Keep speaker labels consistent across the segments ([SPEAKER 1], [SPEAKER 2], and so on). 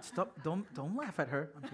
[SPEAKER 1] Stop! Don't don't laugh at her. I'm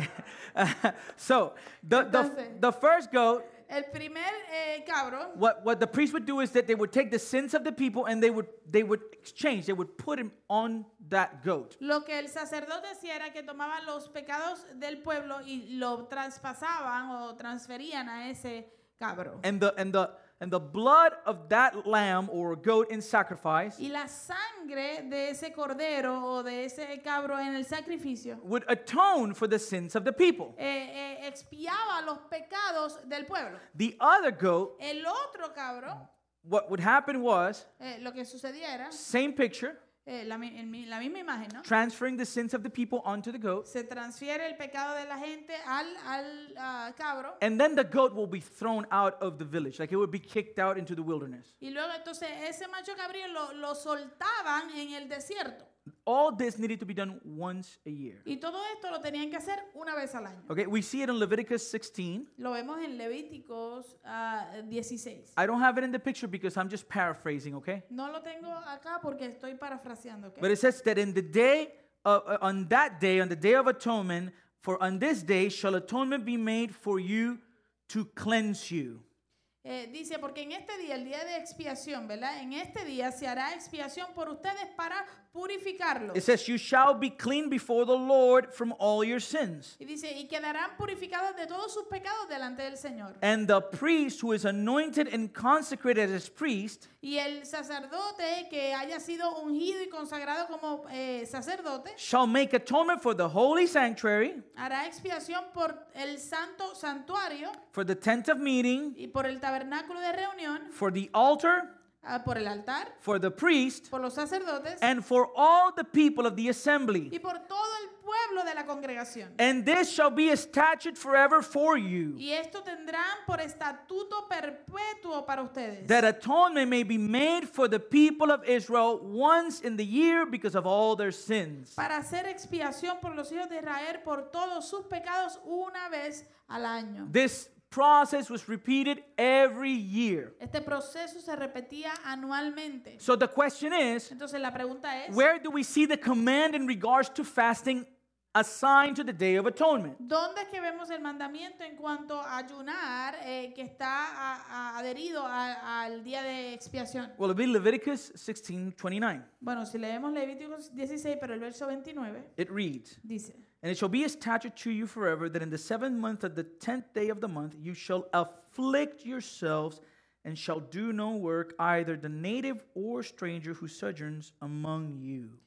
[SPEAKER 1] kidding. Right? so the, the
[SPEAKER 2] Entonces-
[SPEAKER 1] the first goat.
[SPEAKER 2] El primer eh, cabro,
[SPEAKER 1] What what the priest would do is that they would take the sins of the people and they would they would exchange. They would put him on that goat.
[SPEAKER 2] lo que el sacerdote hacía era que tomaban los pecados del pueblo y lo traspasaban o transferían a ese cabro.
[SPEAKER 1] And the and the and the blood of that lamb or goat in sacrifice
[SPEAKER 2] Y la sangre de ese cordero o de ese cabro en el sacrificio
[SPEAKER 1] would atone for the sins of the people.
[SPEAKER 2] eh, eh, expiaba los pecados del pueblo.
[SPEAKER 1] The other goat,
[SPEAKER 2] El otro cabro,
[SPEAKER 1] what would happen was
[SPEAKER 2] eh, lo que sucedía era
[SPEAKER 1] same picture,
[SPEAKER 2] eh, la, mi- el mi- la misma imagen, ¿no?
[SPEAKER 1] transferring the sins of the people onto the goat,
[SPEAKER 2] Se transfiere el pecado de la gente al, al ah, cabro
[SPEAKER 1] and then the goat will be thrown out of the village, like it would be kicked out into the wilderness.
[SPEAKER 2] y luego entonces ese macho cabrío lo, lo soltaban en el desierto.
[SPEAKER 1] All this needed to be done once a year.
[SPEAKER 2] Y todo esto lo tenían que hacer una vez al año.
[SPEAKER 1] Okay, we see it in Leviticus 16.
[SPEAKER 2] Lo vemos en Levíticos ah, 16.
[SPEAKER 1] I don't have it in the picture because I'm just paraphrasing, okay?
[SPEAKER 2] No lo tengo acá porque estoy parafraseando. ¿ok?
[SPEAKER 1] But it says that in the day of, uh, on that day, on the day of atonement, for on this day shall atonement be made for you to cleanse you.
[SPEAKER 2] Eh, dice, porque en este día, el día de expiación, ¿verdad? En este día se hará expiación por ustedes para purificarlos.
[SPEAKER 1] It says, You shall be clean before the Lord from all your sins.
[SPEAKER 2] Y dice, y quedarán purificados de todos sus pecados delante del Señor.
[SPEAKER 1] And the priest who is anointed and consecrated as priest
[SPEAKER 2] Y el sacerdote que haya sido ungido y consagrado como eh, sacerdote,
[SPEAKER 1] shall make atonement for the holy sanctuary,
[SPEAKER 2] hará expiación por el santo santuario
[SPEAKER 1] for the tent of meeting,
[SPEAKER 2] y por el tabernáculo de reunión,
[SPEAKER 1] for the altar,
[SPEAKER 2] ah, por el altar,
[SPEAKER 1] for the priest,
[SPEAKER 2] por los sacerdotes
[SPEAKER 1] and for all the people of the assembly.
[SPEAKER 2] y por todo el pueblo de la congregación.
[SPEAKER 1] And this shall be a statute forever for you.
[SPEAKER 2] Y esto tendrán por estatuto perpetuo para ustedes.
[SPEAKER 1] that atonement may be made for the people of Israel once in the year because of all their sins.
[SPEAKER 2] para hacer expiación por los hijos de Israel por todos sus pecados una vez al año.
[SPEAKER 1] This process was repeated every year.
[SPEAKER 2] Este proceso se repetía anualmente.
[SPEAKER 1] So the question is
[SPEAKER 2] Entonces la pregunta es,
[SPEAKER 1] where do we see the command in regards to fasting assigned to the Day of Atonement?
[SPEAKER 2] ¿dónde es que vemos el mandamiento en cuanto a ayunar eh, que está a- a- adherido a- al día de expiación?
[SPEAKER 1] Well, it'll be Leviticus 16 29.
[SPEAKER 2] Bueno, si leemos Levíticos 16, pero el verso 29
[SPEAKER 1] It reads,
[SPEAKER 2] dice,
[SPEAKER 1] And it shall be a statute to you forever that in the seventh month of the tenth day of the month you shall afflict yourselves and shall do no work, either the native or stranger who sojourns among you.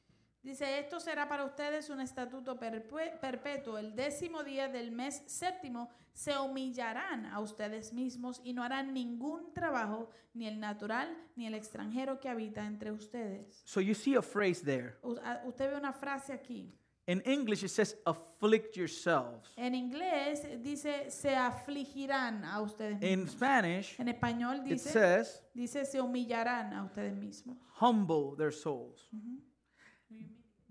[SPEAKER 2] Dice, esto será para ustedes un estatuto perpue- perpetuo. El décimo día del mes séptimo se humillarán a ustedes mismos y no harán ningún trabajo, ni el natural, ni el extranjero que habita entre ustedes.
[SPEAKER 1] So you see a phrase there.
[SPEAKER 2] U- a- Usted ve una frase aquí.
[SPEAKER 1] In English, it says afflict yourselves.
[SPEAKER 2] En inglés dice, se afligirán a ustedes
[SPEAKER 1] In
[SPEAKER 2] mismos.
[SPEAKER 1] Spanish,
[SPEAKER 2] En español
[SPEAKER 1] it
[SPEAKER 2] dice,
[SPEAKER 1] says
[SPEAKER 2] dice, se humillarán a ustedes mismos.
[SPEAKER 1] humble their souls.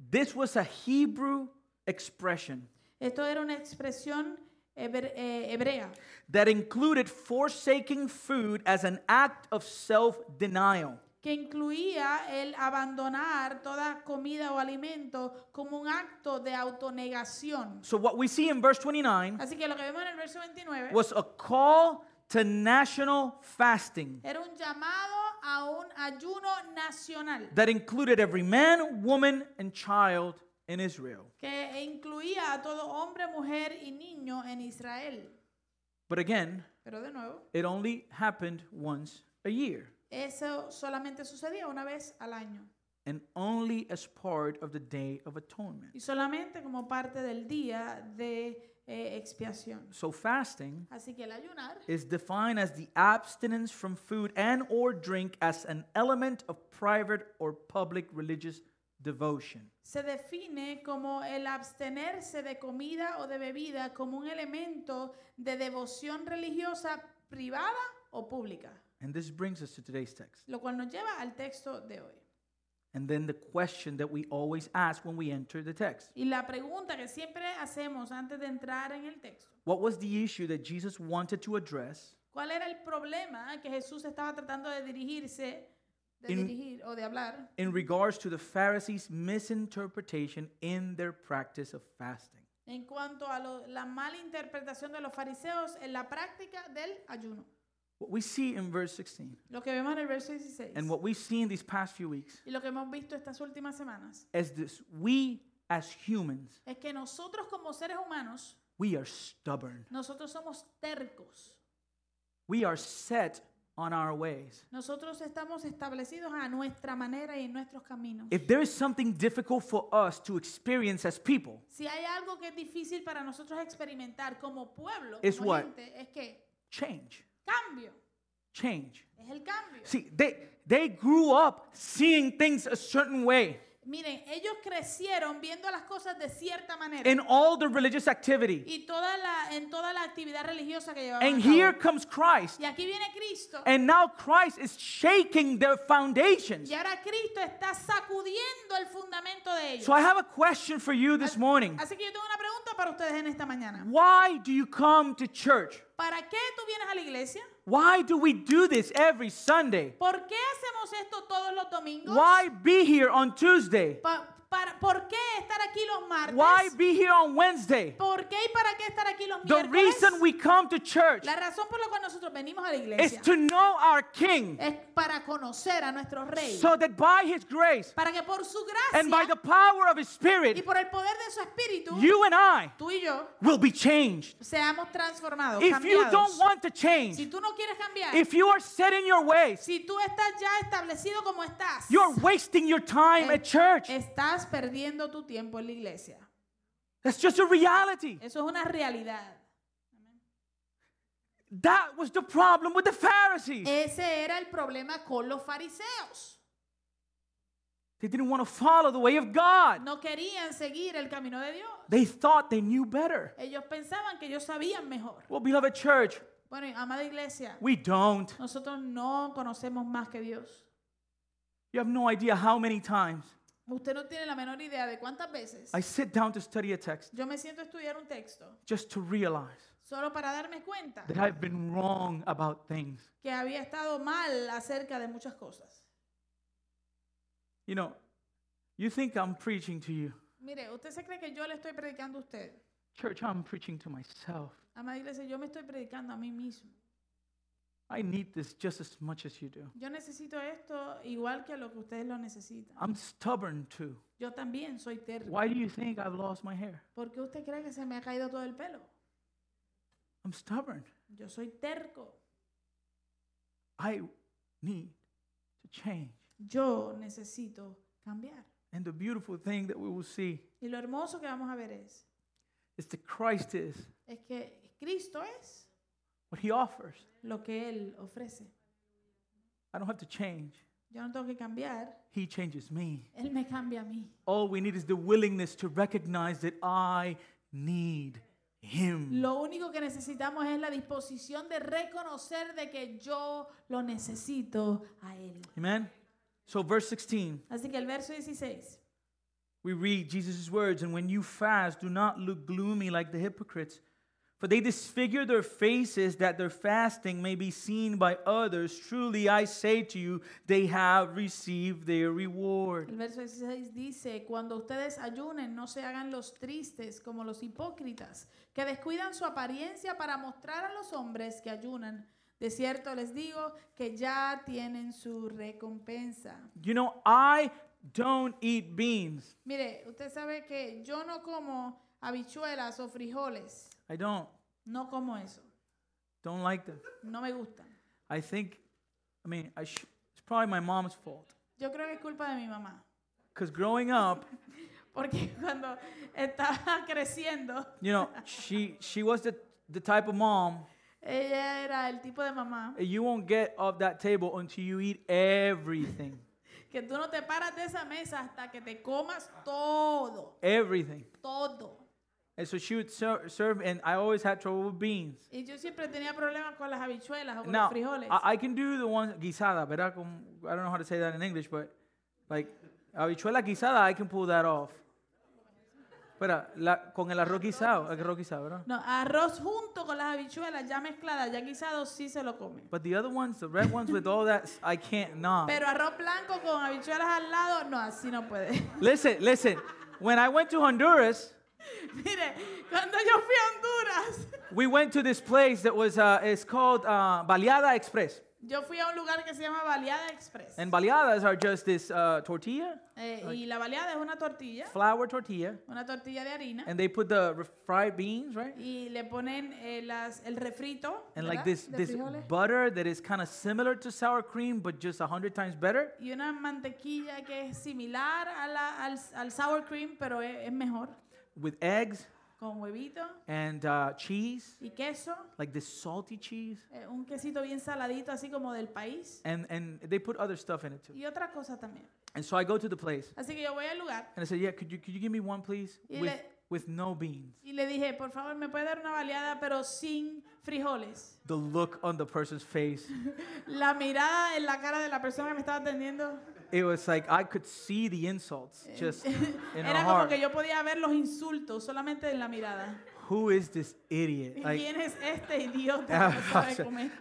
[SPEAKER 1] This was a Hebrew expression
[SPEAKER 2] Esto era una expresión hebre- eh, hebrea.
[SPEAKER 1] that included forsaking food as an act of self denial.
[SPEAKER 2] que incluía el abandonar toda comida o alimento como un acto de autonegación.
[SPEAKER 1] So what we see in verse 29
[SPEAKER 2] Así que lo que vemos en el verso 29
[SPEAKER 1] was a call to national fasting
[SPEAKER 2] era un llamado a un ayuno nacional
[SPEAKER 1] that included every man, woman, and child in Israel.
[SPEAKER 2] que incluía a todo hombre, mujer y niño en Israel.
[SPEAKER 1] But again,
[SPEAKER 2] Pero de nuevo,
[SPEAKER 1] it only happened once a year
[SPEAKER 2] eso solamente sucedía una vez al año
[SPEAKER 1] and only as part of the Day of Atonement.
[SPEAKER 2] y solamente como parte del día de eh, expiación.
[SPEAKER 1] So fasting
[SPEAKER 2] Así que el ayunar
[SPEAKER 1] is defined as the abstinence from food and or drink as an element of private or public religious devotion.
[SPEAKER 2] se define como el abstenerse de comida o de bebida como un elemento de devoción religiosa privada o pública,
[SPEAKER 1] And this brings us to today's text.
[SPEAKER 2] lo cual nos lleva al texto de hoy.
[SPEAKER 1] And then the question that we always ask when we enter the text
[SPEAKER 2] Y la pregunta que siempre hacemos antes de entrar en el texto,
[SPEAKER 1] What was the issue that Jesus wanted to address
[SPEAKER 2] ¿cuál era el problema que Jesús estaba tratando de dirigirse de
[SPEAKER 1] In-
[SPEAKER 2] dirigir o de hablar
[SPEAKER 1] in regards to the Pharisees' misinterpretation in their practice of fasting.
[SPEAKER 2] en cuanto a lo- la mala interpretación de los fariseos en la práctica del ayuno.
[SPEAKER 1] What we see in verse 16
[SPEAKER 2] Lo que vemos en el verso 16
[SPEAKER 1] and what we've seen these past few weeks
[SPEAKER 2] y lo que hemos visto estas últimas semanas
[SPEAKER 1] is this we as humans,
[SPEAKER 2] es que nosotros como seres humanos,
[SPEAKER 1] we are stubborn.
[SPEAKER 2] nosotros somos tercos.
[SPEAKER 1] We are set on our ways.
[SPEAKER 2] Nosotros estamos establecidos a nuestra manera y en nuestros caminos.
[SPEAKER 1] If there is something difficult for us to experience as people,
[SPEAKER 2] si hay algo que es difícil para nosotros experimentar como pueblo,
[SPEAKER 1] It's
[SPEAKER 2] como
[SPEAKER 1] what?
[SPEAKER 2] gente, es que
[SPEAKER 1] change.
[SPEAKER 2] cambio,
[SPEAKER 1] Change.
[SPEAKER 2] es el cambio.
[SPEAKER 1] See, they they grew up seeing things a certain way
[SPEAKER 2] Miren, ellos crecieron viendo las cosas de cierta manera
[SPEAKER 1] in all the religious activity.
[SPEAKER 2] y toda la, en toda la actividad religiosa que llevaban.
[SPEAKER 1] And
[SPEAKER 2] a cabo.
[SPEAKER 1] here comes Christ.
[SPEAKER 2] y aquí viene Cristo
[SPEAKER 1] And now Christ is shaking their foundations.
[SPEAKER 2] y ahora Cristo está sacudiendo el fundamento de ellos.
[SPEAKER 1] So I have a question for you this morning.
[SPEAKER 2] Así que yo tengo una pregunta para ustedes en esta mañana.
[SPEAKER 1] Why do you come to church?
[SPEAKER 2] ¿Para qué tú vienes a la iglesia?
[SPEAKER 1] Why do we do this every Sunday?
[SPEAKER 2] ¿Por qué hacemos esto todos los domingos?
[SPEAKER 1] Why be here on Tuesday?
[SPEAKER 2] Pa- para- ¿Por qué estar aquí los martes?
[SPEAKER 1] Why be here on Wednesday?
[SPEAKER 2] ¿Por qué y para qué estar aquí los
[SPEAKER 1] The
[SPEAKER 2] miércoles?
[SPEAKER 1] reason we come to church
[SPEAKER 2] la razón por la cual nosotros venimos a la
[SPEAKER 1] is
[SPEAKER 2] iglesia
[SPEAKER 1] to know our King
[SPEAKER 2] es para conocer a nuestro rey.
[SPEAKER 1] so that by His grace
[SPEAKER 2] para que por su
[SPEAKER 1] and by the
[SPEAKER 2] gracia
[SPEAKER 1] power of His
[SPEAKER 2] y
[SPEAKER 1] Spirit,
[SPEAKER 2] por el poder de su espíritu,
[SPEAKER 1] you and I
[SPEAKER 2] tú y yo
[SPEAKER 1] will be changed.
[SPEAKER 2] seamos transformados,
[SPEAKER 1] If you
[SPEAKER 2] cambiados.
[SPEAKER 1] don't want to
[SPEAKER 2] si
[SPEAKER 1] change,
[SPEAKER 2] tú no quieres cambiar,
[SPEAKER 1] if you are set in your ways,
[SPEAKER 2] si tú estás ya establecido como estás, eh,
[SPEAKER 1] you're wasting your time at church.
[SPEAKER 2] estás perdiendo tu tiempo en la iglesia.
[SPEAKER 1] That's just a reality.
[SPEAKER 2] Eso es una realidad.
[SPEAKER 1] That was the problem with the Pharisees.
[SPEAKER 2] Ese era el problema con los fariseos.
[SPEAKER 1] They didn't want to follow the way of God.
[SPEAKER 2] No querían seguir el camino de Dios.
[SPEAKER 1] They thought they knew better.
[SPEAKER 2] Ellos pensaban que ellos sabían mejor.
[SPEAKER 1] Well, beloved church,
[SPEAKER 2] Bueno, y amada iglesia,
[SPEAKER 1] we don't.
[SPEAKER 2] nosotros no conocemos más que Dios.
[SPEAKER 1] You have no idea how many times
[SPEAKER 2] Usted no tiene la menor idea de cuántas veces
[SPEAKER 1] I sit down to study a text
[SPEAKER 2] yo me siento a estudiar un texto
[SPEAKER 1] just to realize
[SPEAKER 2] solo para darme cuenta
[SPEAKER 1] that I've been wrong about things.
[SPEAKER 2] que había estado mal acerca de muchas cosas.
[SPEAKER 1] You know, you think I'm preaching to you.
[SPEAKER 2] Mire, usted se cree que yo le estoy predicando a usted.
[SPEAKER 1] Church, I'm preaching to myself.
[SPEAKER 2] Amada iglesia, yo me estoy predicando a mí mismo.
[SPEAKER 1] I need this just as much as you do.
[SPEAKER 2] Yo necesito esto igual que lo que ustedes lo necesitan.
[SPEAKER 1] I'm stubborn too.
[SPEAKER 2] Yo también soy terco.
[SPEAKER 1] Why do you think I've lost my hair?
[SPEAKER 2] ¿Por qué usted cree que se me ha caído todo el pelo?
[SPEAKER 1] I'm stubborn.
[SPEAKER 2] Yo soy terco.
[SPEAKER 1] I need to change.
[SPEAKER 2] Yo necesito cambiar.
[SPEAKER 1] And the beautiful thing that we will see
[SPEAKER 2] Y lo hermoso que vamos a ver es,
[SPEAKER 1] is that Christ is
[SPEAKER 2] es que Cristo es
[SPEAKER 1] what he offers.
[SPEAKER 2] lo que Él ofrece.
[SPEAKER 1] I don't have to change.
[SPEAKER 2] Yo no tengo que cambiar,
[SPEAKER 1] He changes me.
[SPEAKER 2] Él me cambia a mí.
[SPEAKER 1] All we need is the willingness to recognize that I need him.
[SPEAKER 2] Lo único que necesitamos es la disposición de reconocer de que yo lo necesito a Él.
[SPEAKER 1] Amen. So verse 16,
[SPEAKER 2] Así que el verso 16.
[SPEAKER 1] we read Jesus' words, and when you fast, do not look gloomy like the hypocrites, for they disfigure their faces that their fasting may be seen by others. Truly I say to you, they have received their reward.
[SPEAKER 2] El verso 16 dice, cuando ustedes ayunen, no se hagan los tristes como los hipócritas, que descuidan su apariencia para mostrar a los hombres que ayunan. De cierto les digo que ya tienen su recompensa.
[SPEAKER 1] You know, I don't eat beans.
[SPEAKER 2] Mire, usted sabe que yo no como habichuelas o frijoles.
[SPEAKER 1] I don't.
[SPEAKER 2] No como eso.
[SPEAKER 1] Don't like them.
[SPEAKER 2] No me gustan.
[SPEAKER 1] I think, I mean, I sh- it's probably my mom's fault.
[SPEAKER 2] Yo creo que es culpa de mi mamá.
[SPEAKER 1] Because growing up,
[SPEAKER 2] Porque cuando estaba creciendo,
[SPEAKER 1] you know, she she was the the type of mom
[SPEAKER 2] ella era el tipo de mamá
[SPEAKER 1] you won't get off that table until you eat everything,
[SPEAKER 2] que tú no te paras de esa mesa hasta que te comas todo,
[SPEAKER 1] everything.
[SPEAKER 2] todo.
[SPEAKER 1] And so she would ser- serve, and I always had trouble with beans.
[SPEAKER 2] Y yo siempre tenía problemas con las habichuelas o con los
[SPEAKER 1] Now
[SPEAKER 2] frijoles.
[SPEAKER 1] I, I can do the ones guisada, ¿verdad? Como- I don't know how to say that in English, but like habichuela guisada, I can pull that off. Espera, la- con el arroz guisado, el arroz guisado, ¿verdad?
[SPEAKER 2] No, arroz junto con las habichuelas ya mezcladas, ya guisado, sí se lo come.
[SPEAKER 1] But the other ones, the red ones with all that, s- I can't, nah.
[SPEAKER 2] Pero arroz blanco con habichuelas al lado, no, así no puede.
[SPEAKER 1] Listen, listen. When I went to Honduras,
[SPEAKER 2] Mire, cuando yo fui a Honduras,
[SPEAKER 1] we went to this place that was, uh, it's called uh, Baleada Express.
[SPEAKER 2] yo fui a un lugar que se llama Baleada Express.
[SPEAKER 1] And baleadas are just this uh, tortilla,
[SPEAKER 2] Eh, y la baleada es una tortilla,
[SPEAKER 1] flour tortilla,
[SPEAKER 2] una tortilla de harina.
[SPEAKER 1] and they put the re- fried beans, right?
[SPEAKER 2] Y le ponen eh, las, el refrito.
[SPEAKER 1] And like
[SPEAKER 2] ¿verdad?
[SPEAKER 1] this,
[SPEAKER 2] de
[SPEAKER 1] this
[SPEAKER 2] frijoles.
[SPEAKER 1] butter that is kind of similar to sour cream, but just a hundred times better.
[SPEAKER 2] Y una mantequilla que es similar a la- al, al sour cream, pero es, es mejor.
[SPEAKER 1] with eggs
[SPEAKER 2] Con huevito
[SPEAKER 1] and uh, cheese,
[SPEAKER 2] y queso.
[SPEAKER 1] like this salty cheese,
[SPEAKER 2] eh, un quesito bien saladito, así como del país.
[SPEAKER 1] and and they put other stuff in it too.
[SPEAKER 2] Y otra cosa también.
[SPEAKER 1] And so I go to the place
[SPEAKER 2] Así que yo voy al lugar
[SPEAKER 1] and I said, "Yeah, could you could you give me one, please,
[SPEAKER 2] Y
[SPEAKER 1] with
[SPEAKER 2] le-
[SPEAKER 1] with no beans?"
[SPEAKER 2] y le dije, por favor, ¿me puede dar una baleada, pero sin frijoles?
[SPEAKER 1] The look on the person's face,
[SPEAKER 2] La mirada en la cara de la persona que me estaba atendiendo
[SPEAKER 1] it was like I could see the insults just in her
[SPEAKER 2] Eh. era como
[SPEAKER 1] heart.
[SPEAKER 2] que yo podía ver los insultos solamente en la mirada.
[SPEAKER 1] Who is this idiot? Like,
[SPEAKER 2] ¿Quién es este idiota que no sabe comer?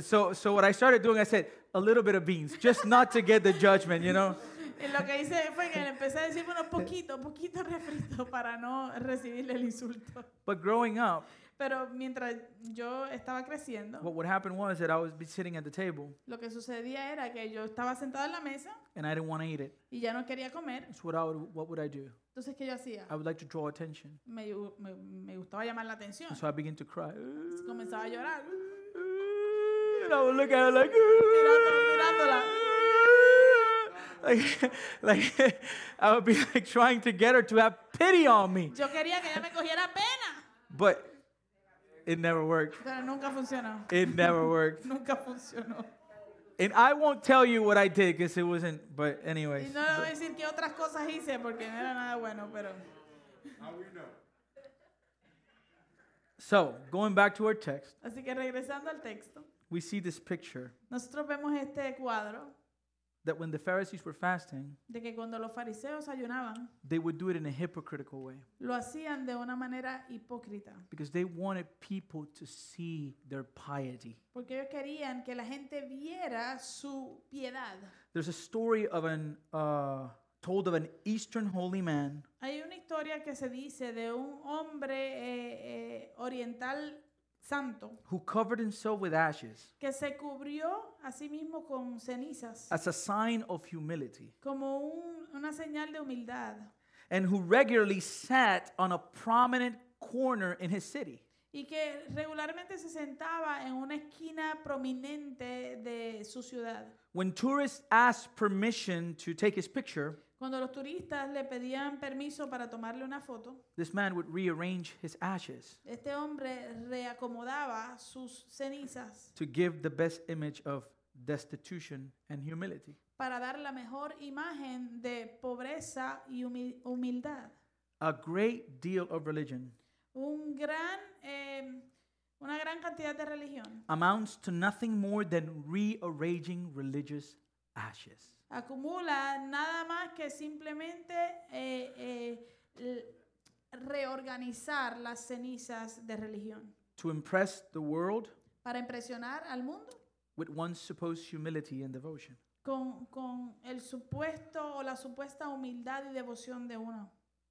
[SPEAKER 1] so so what I started doing, I said a little bit of beans, just not to get the judgment, you know.
[SPEAKER 2] Y lo que hice fue que le empecé a decir unos poquitos, poquitos refritos para no recibirle el insulto.
[SPEAKER 1] But growing up,
[SPEAKER 2] Pero mientras yo estaba creciendo,
[SPEAKER 1] what would happen was that I would be sitting at the table
[SPEAKER 2] lo que sucedía era que yo estaba sentado en la mesa
[SPEAKER 1] and I didn't want to eat it.
[SPEAKER 2] y ya no quería comer.
[SPEAKER 1] So what I would what would I do?
[SPEAKER 2] Entonces, ¿qué yo hacía?
[SPEAKER 1] I would like to draw attention.
[SPEAKER 2] Me, gu- me- me gustaba llamar la atención.
[SPEAKER 1] And so I begin to cry.
[SPEAKER 2] Entonces, comenzaba a llorar.
[SPEAKER 1] And I would look at her like, like, like I would be like trying to get her to have pity on me.
[SPEAKER 2] Yo quería que ella me cogiera pena,
[SPEAKER 1] But it never worked.
[SPEAKER 2] pero nunca funcionó.
[SPEAKER 1] It never worked.
[SPEAKER 2] Nunca funcionó.
[SPEAKER 1] And I won't tell you what I did because it wasn't, but
[SPEAKER 2] Y
[SPEAKER 1] anyways.
[SPEAKER 2] no le voy a decir qué otras cosas hice porque no era nada bueno, pero
[SPEAKER 1] So going back to our text,
[SPEAKER 2] así que regresando al texto,
[SPEAKER 1] we see this picture
[SPEAKER 2] nosotros vemos este cuadro
[SPEAKER 1] that when the Pharisees were fasting,
[SPEAKER 2] de que cuando los fariseos ayunaban,
[SPEAKER 1] they would do it in a hypocritical way
[SPEAKER 2] lo hacían de una manera hipócrita,
[SPEAKER 1] because they wanted people to see their piety.
[SPEAKER 2] porque ellos querían que la gente viera su piedad.
[SPEAKER 1] There's a story of an uh, told of an Eastern holy man
[SPEAKER 2] Hay una historia que se dice de un hombre eh, eh, oriental santo
[SPEAKER 1] who covered himself with ashes
[SPEAKER 2] que se cubrió a sí mismo con cenizas
[SPEAKER 1] as a sign of humility,
[SPEAKER 2] como un- una señal de humildad
[SPEAKER 1] and who regularly sat on a prominent corner in his city.
[SPEAKER 2] y que regularmente se sentaba en una esquina prominente de su ciudad.
[SPEAKER 1] When tourists asked permission to take his picture,
[SPEAKER 2] Cuando los turistas le pedían permiso para tomarle una foto,
[SPEAKER 1] this man would rearrange his ashes
[SPEAKER 2] este hombre reacomodaba sus cenizas
[SPEAKER 1] to give the best image of destitution and humility.
[SPEAKER 2] para dar la mejor imagen de pobreza y humi- humildad.
[SPEAKER 1] A great deal of religion
[SPEAKER 2] Un gran, eh, una gran cantidad de religión
[SPEAKER 1] amounts to nothing more than rearranging religious ashes.
[SPEAKER 2] acumula nada más que simplemente eh, eh, l- reorganizar las cenizas de religión
[SPEAKER 1] to impress the world
[SPEAKER 2] para impresionar al mundo
[SPEAKER 1] with one's supposed humility and devotion.
[SPEAKER 2] con, con el supuesto o la supuesta humildad y devoción de uno.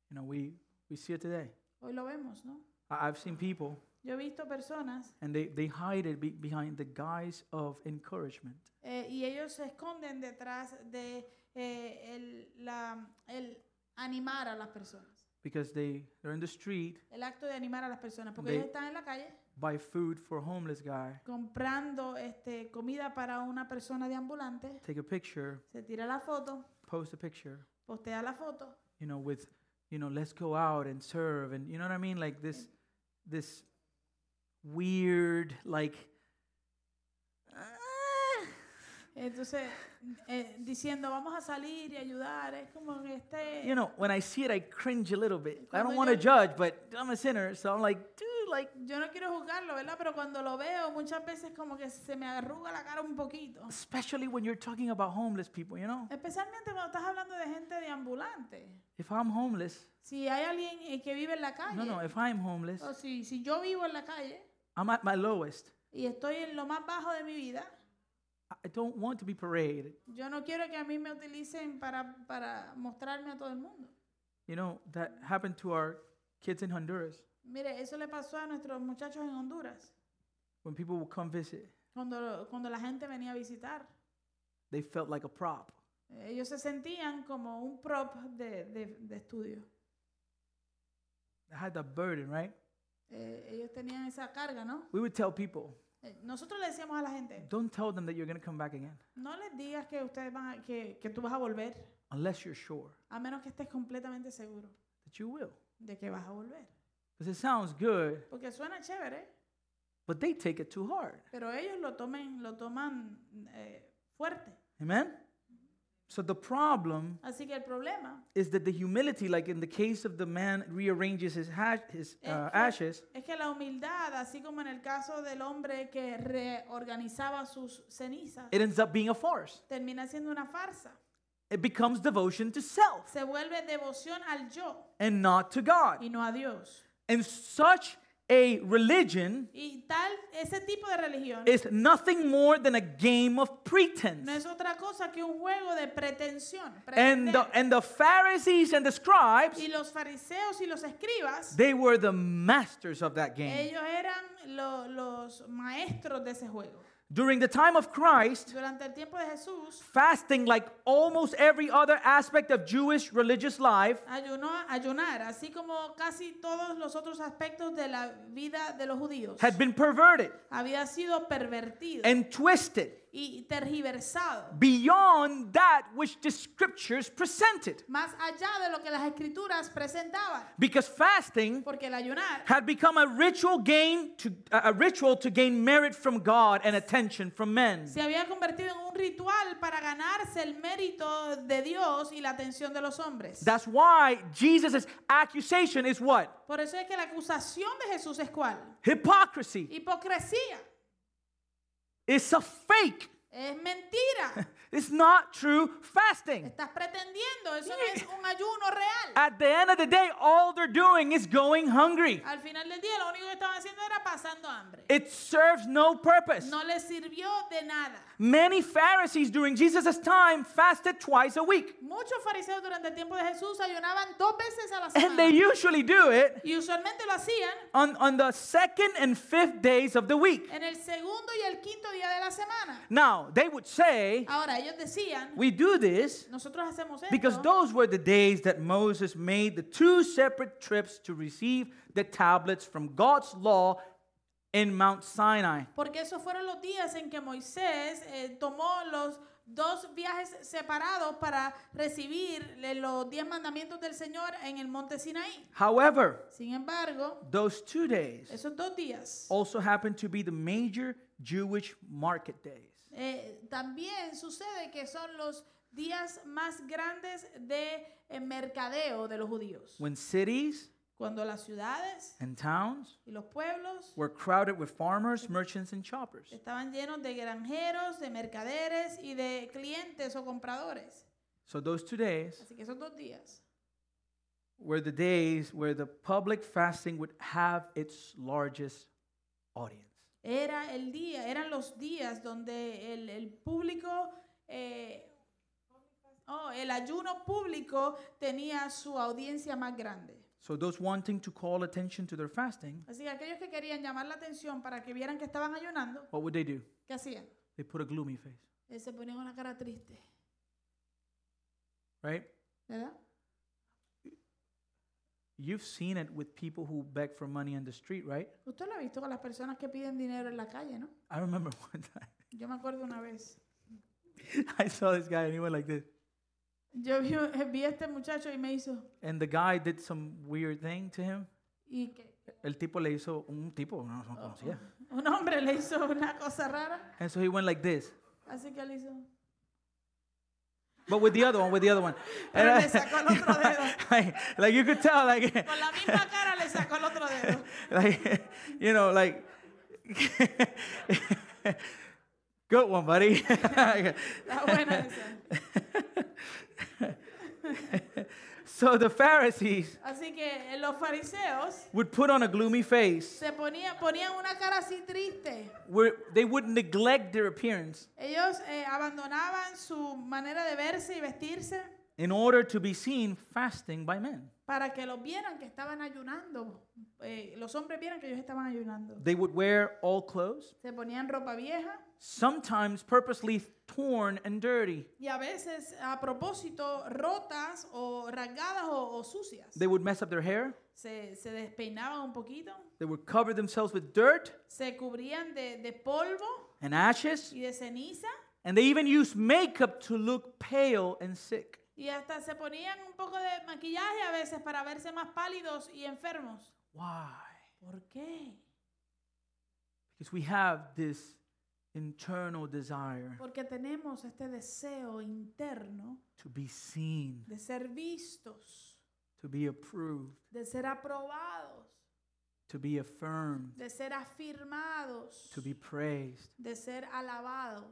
[SPEAKER 1] You know, we, we see it today.
[SPEAKER 2] Hoy lo vemos, ¿no?
[SPEAKER 1] I, I've seen people,
[SPEAKER 2] Yo he visto personas
[SPEAKER 1] and they, they hide it be, behind the guise of encouragement.
[SPEAKER 2] eh, y ellos se esconden detrás de eh, el, la- el animar a las personas,
[SPEAKER 1] Because they, they're in the street,
[SPEAKER 2] el acto de animar a las personas, porque
[SPEAKER 1] They-
[SPEAKER 2] ellos están en la calle
[SPEAKER 1] buy food for a homeless guy,
[SPEAKER 2] comprando este, comida para una persona de ambulante,
[SPEAKER 1] take a picture,
[SPEAKER 2] se tira la foto,
[SPEAKER 1] post a picture,
[SPEAKER 2] postea la foto
[SPEAKER 1] you know, with, you know, let's go out and serve. And you know what I mean? Like this, this weird, like,
[SPEAKER 2] entonces eh, diciendo vamos a salir y ayudar es como que este
[SPEAKER 1] you know, when I see it, I cringe a little bit. I
[SPEAKER 2] Cuando
[SPEAKER 1] don't want to
[SPEAKER 2] yo-
[SPEAKER 1] judge, but I'm a sinner, so I'm like, dude, like
[SPEAKER 2] Yo no quiero juzgarlo, ¿verdad? Pero cuando lo veo, muchas veces como que se me arruga la cara un poquito.
[SPEAKER 1] especially when you're talking about homeless people, you know?
[SPEAKER 2] Especialmente cuando estás hablando de gente de ambulante.
[SPEAKER 1] If I'm homeless,
[SPEAKER 2] Si hay alguien eh, que vive en la calle,
[SPEAKER 1] no, no, if I'm homeless,
[SPEAKER 2] o si, si yo vivo en la calle
[SPEAKER 1] I'm at my lowest.
[SPEAKER 2] y estoy en lo más bajo de mi vida,
[SPEAKER 1] I- I don't want to be paraded.
[SPEAKER 2] yo no quiero que a mí me utilicen para, para mostrarme a todo el mundo.
[SPEAKER 1] You know, that happened to our kids in Honduras
[SPEAKER 2] Mire, eso le pasó a nuestros muchachos en Honduras.
[SPEAKER 1] when people would come visit.
[SPEAKER 2] Cuando, cuando la gente venía a visitar,
[SPEAKER 1] They felt like a prop.
[SPEAKER 2] ellos se sentían como un prop de, de- de estudio.
[SPEAKER 1] They had that burden, right?
[SPEAKER 2] Eh, ellos tenían esa carga, ¿no?
[SPEAKER 1] We would tell people,
[SPEAKER 2] Eh, Nosotros le decíamos a la gente,
[SPEAKER 1] don't tell them that you're going to come back again
[SPEAKER 2] no les digas que ustedes van a- que, que tú vas a volver,
[SPEAKER 1] unless you're sure
[SPEAKER 2] a menos que estés completamente seguro
[SPEAKER 1] that you will.
[SPEAKER 2] de que vas a volver.
[SPEAKER 1] Because it sounds good,
[SPEAKER 2] Porque suena chévere,
[SPEAKER 1] but they take it too hard.
[SPEAKER 2] pero ellos lo tomen, lo toman eh, fuerte.
[SPEAKER 1] Amen? So the problem
[SPEAKER 2] Así que el problema
[SPEAKER 1] is that the humility, like in the case of the man rearranges his, ha- his
[SPEAKER 2] Es
[SPEAKER 1] uh,
[SPEAKER 2] que-
[SPEAKER 1] ashes,
[SPEAKER 2] es que la humildad, así como en el caso del hombre que reorganizaba sus cenizas,
[SPEAKER 1] it ends up being a farce.
[SPEAKER 2] termina siendo una farsa.
[SPEAKER 1] It becomes devotion to self
[SPEAKER 2] Se vuelve devoción al yo
[SPEAKER 1] and not to God.
[SPEAKER 2] y no a Dios.
[SPEAKER 1] And such a religion
[SPEAKER 2] Y tal, ese tipo de religión
[SPEAKER 1] is nothing more than a game of
[SPEAKER 2] no
[SPEAKER 1] pretense.
[SPEAKER 2] es otra cosa que un juego de pretensión.
[SPEAKER 1] And the,
[SPEAKER 2] pretender.
[SPEAKER 1] and the Pharisees and the scribes,
[SPEAKER 2] Y los fariseos y los escribas,
[SPEAKER 1] they were the masters of that game.
[SPEAKER 2] ellos eran lo- los maestros de ese juego.
[SPEAKER 1] During the time of Christ,
[SPEAKER 2] Durante el tiempo de Jesús,
[SPEAKER 1] fasting, like almost every other aspect of Jewish religious life,
[SPEAKER 2] ayunó, ayunar, así como casi todos los otros aspectos de la vida de los judíos,
[SPEAKER 1] had been perverted
[SPEAKER 2] había sido pervertido
[SPEAKER 1] and twisted
[SPEAKER 2] y tergiversado,
[SPEAKER 1] beyond that which the scriptures presented.
[SPEAKER 2] más allá de lo que las escrituras presentaban,
[SPEAKER 1] Because fasting
[SPEAKER 2] porque el ayunar
[SPEAKER 1] had become a ritual gain to a ritual to gain merit from God and attention from men.
[SPEAKER 2] se había convertido en un ritual para ganarse el mérito de Dios y la atención de los hombres.
[SPEAKER 1] That's why Jesus' accusation is what?
[SPEAKER 2] Por eso es que la acusación de Jesús es cuál?
[SPEAKER 1] Hypocrisy.
[SPEAKER 2] Hipocresía.
[SPEAKER 1] It's a fake.
[SPEAKER 2] Es mentira.
[SPEAKER 1] It's not true fasting.
[SPEAKER 2] Estás pretendiendo. Eso no es un ayuno real.
[SPEAKER 1] At the end of the day, all they're doing is going hungry.
[SPEAKER 2] Al final del día lo único que estaban haciendo era pasando hambre.
[SPEAKER 1] It serves no purpose.
[SPEAKER 2] No les sirvió de nada.
[SPEAKER 1] Many Pharisees during Jesus' time fasted twice a week.
[SPEAKER 2] Muchos fariseos durante el tiempo de Jesús ayunaban dos veces a la
[SPEAKER 1] And they
[SPEAKER 2] semana.
[SPEAKER 1] usually do it
[SPEAKER 2] Y usualmente lo hacían
[SPEAKER 1] on, on the second and fifth days of the week.
[SPEAKER 2] en el segundo y el quinto día de la semana.
[SPEAKER 1] Now, they would say,
[SPEAKER 2] Ahora, ellos decían,
[SPEAKER 1] We do this
[SPEAKER 2] nosotros hacemos
[SPEAKER 1] because
[SPEAKER 2] esto
[SPEAKER 1] those were the days that Moses made the two separate trips to receive the tablets from God's law in Mount Sinai.
[SPEAKER 2] porque esos fueron los días en que Moisés eh, tomó los dos viajes separados para recibir eh, los diez mandamientos del Señor en el monte Sinaí.
[SPEAKER 1] However,
[SPEAKER 2] Sin embargo,
[SPEAKER 1] those two days
[SPEAKER 2] esos dos días
[SPEAKER 1] also happened to be the major Jewish market days.
[SPEAKER 2] eh, también sucede que son los días más grandes de eh, mercadeo de los judíos.
[SPEAKER 1] when cities
[SPEAKER 2] Cuando las ciudades
[SPEAKER 1] and towns
[SPEAKER 2] y los pueblos
[SPEAKER 1] were crowded with farmers, merchants, and shoppers.
[SPEAKER 2] estaban llenos de granjeros, de mercaderes y de clientes o compradores.
[SPEAKER 1] So those two days
[SPEAKER 2] Así que esos dos días
[SPEAKER 1] were the days where the public fasting would have its largest audience.
[SPEAKER 2] era el día, eran los días donde el, el público, eh, oh, el ayuno público tenía su audiencia más grande.
[SPEAKER 1] So those wanting to call attention to their fasting,
[SPEAKER 2] Así que aquellos que querían llamar la atención para que vieran que estaban ayunando,
[SPEAKER 1] what would they do?
[SPEAKER 2] ¿qué hacían?
[SPEAKER 1] They put a gloomy face,
[SPEAKER 2] Eh, se ponían una cara triste,
[SPEAKER 1] right?
[SPEAKER 2] ¿verdad?
[SPEAKER 1] You've seen it with people who beg for money on the street, right?
[SPEAKER 2] Usted lo ha visto con las personas que piden dinero en la calle, ¿no?
[SPEAKER 1] I remember one time
[SPEAKER 2] Yo me acuerdo una vez.
[SPEAKER 1] I saw this guy and he went like this.
[SPEAKER 2] Yo vi, vi a este muchacho y me hizo,
[SPEAKER 1] And the guy did some weird thing to him.
[SPEAKER 2] y que
[SPEAKER 1] El tipo le hizo un tipo, no, no conocía.
[SPEAKER 2] un hombre le hizo una cosa rara,
[SPEAKER 1] And so he went like this.
[SPEAKER 2] así que le hizo.
[SPEAKER 1] But with the other one, with the other one. And
[SPEAKER 2] Pero le
[SPEAKER 1] I-
[SPEAKER 2] sacó el otro dedo.
[SPEAKER 1] like, like you could tell, like,
[SPEAKER 2] Con la misma cara le sacó el otro dedo.
[SPEAKER 1] like you know, like good one, buddy.
[SPEAKER 2] Está buena esa.
[SPEAKER 1] so the Pharisees
[SPEAKER 2] Así que eh, los fariseos
[SPEAKER 1] would put on a gloomy face.
[SPEAKER 2] se ponía, ponían una cara así triste.
[SPEAKER 1] Where they would neglect their appearance
[SPEAKER 2] Ellos eh, abandonaban su manera de verse y vestirse
[SPEAKER 1] in order to be seen fasting by men.
[SPEAKER 2] para que los vieran que estaban ayunando. Eh, los hombres vieran que ellos estaban ayunando.
[SPEAKER 1] They would wear all clothes,
[SPEAKER 2] Se ponían ropa vieja
[SPEAKER 1] sometimes purposely torn and dirty.
[SPEAKER 2] y a veces a propósito rotas o rasgadas o, o sucias.
[SPEAKER 1] They would mess up their hair.
[SPEAKER 2] Se, se despeinaban un poquito,
[SPEAKER 1] They would cover themselves with dirt
[SPEAKER 2] se cubrían de, de polvo
[SPEAKER 1] and ashes.
[SPEAKER 2] y de ceniza
[SPEAKER 1] And they even used makeup to look pale and sick.
[SPEAKER 2] y hasta se ponían un poco de maquillaje a veces para verse más pálidos y enfermos.
[SPEAKER 1] Why?
[SPEAKER 2] ¿Por qué?
[SPEAKER 1] Because we have this internal desire
[SPEAKER 2] Porque tenemos este deseo interno
[SPEAKER 1] to be seen,
[SPEAKER 2] de ser vistos,
[SPEAKER 1] to be approved,
[SPEAKER 2] de ser aprobados,
[SPEAKER 1] to be affirmed,
[SPEAKER 2] de ser afirmados,
[SPEAKER 1] to be praised.
[SPEAKER 2] de ser alabados.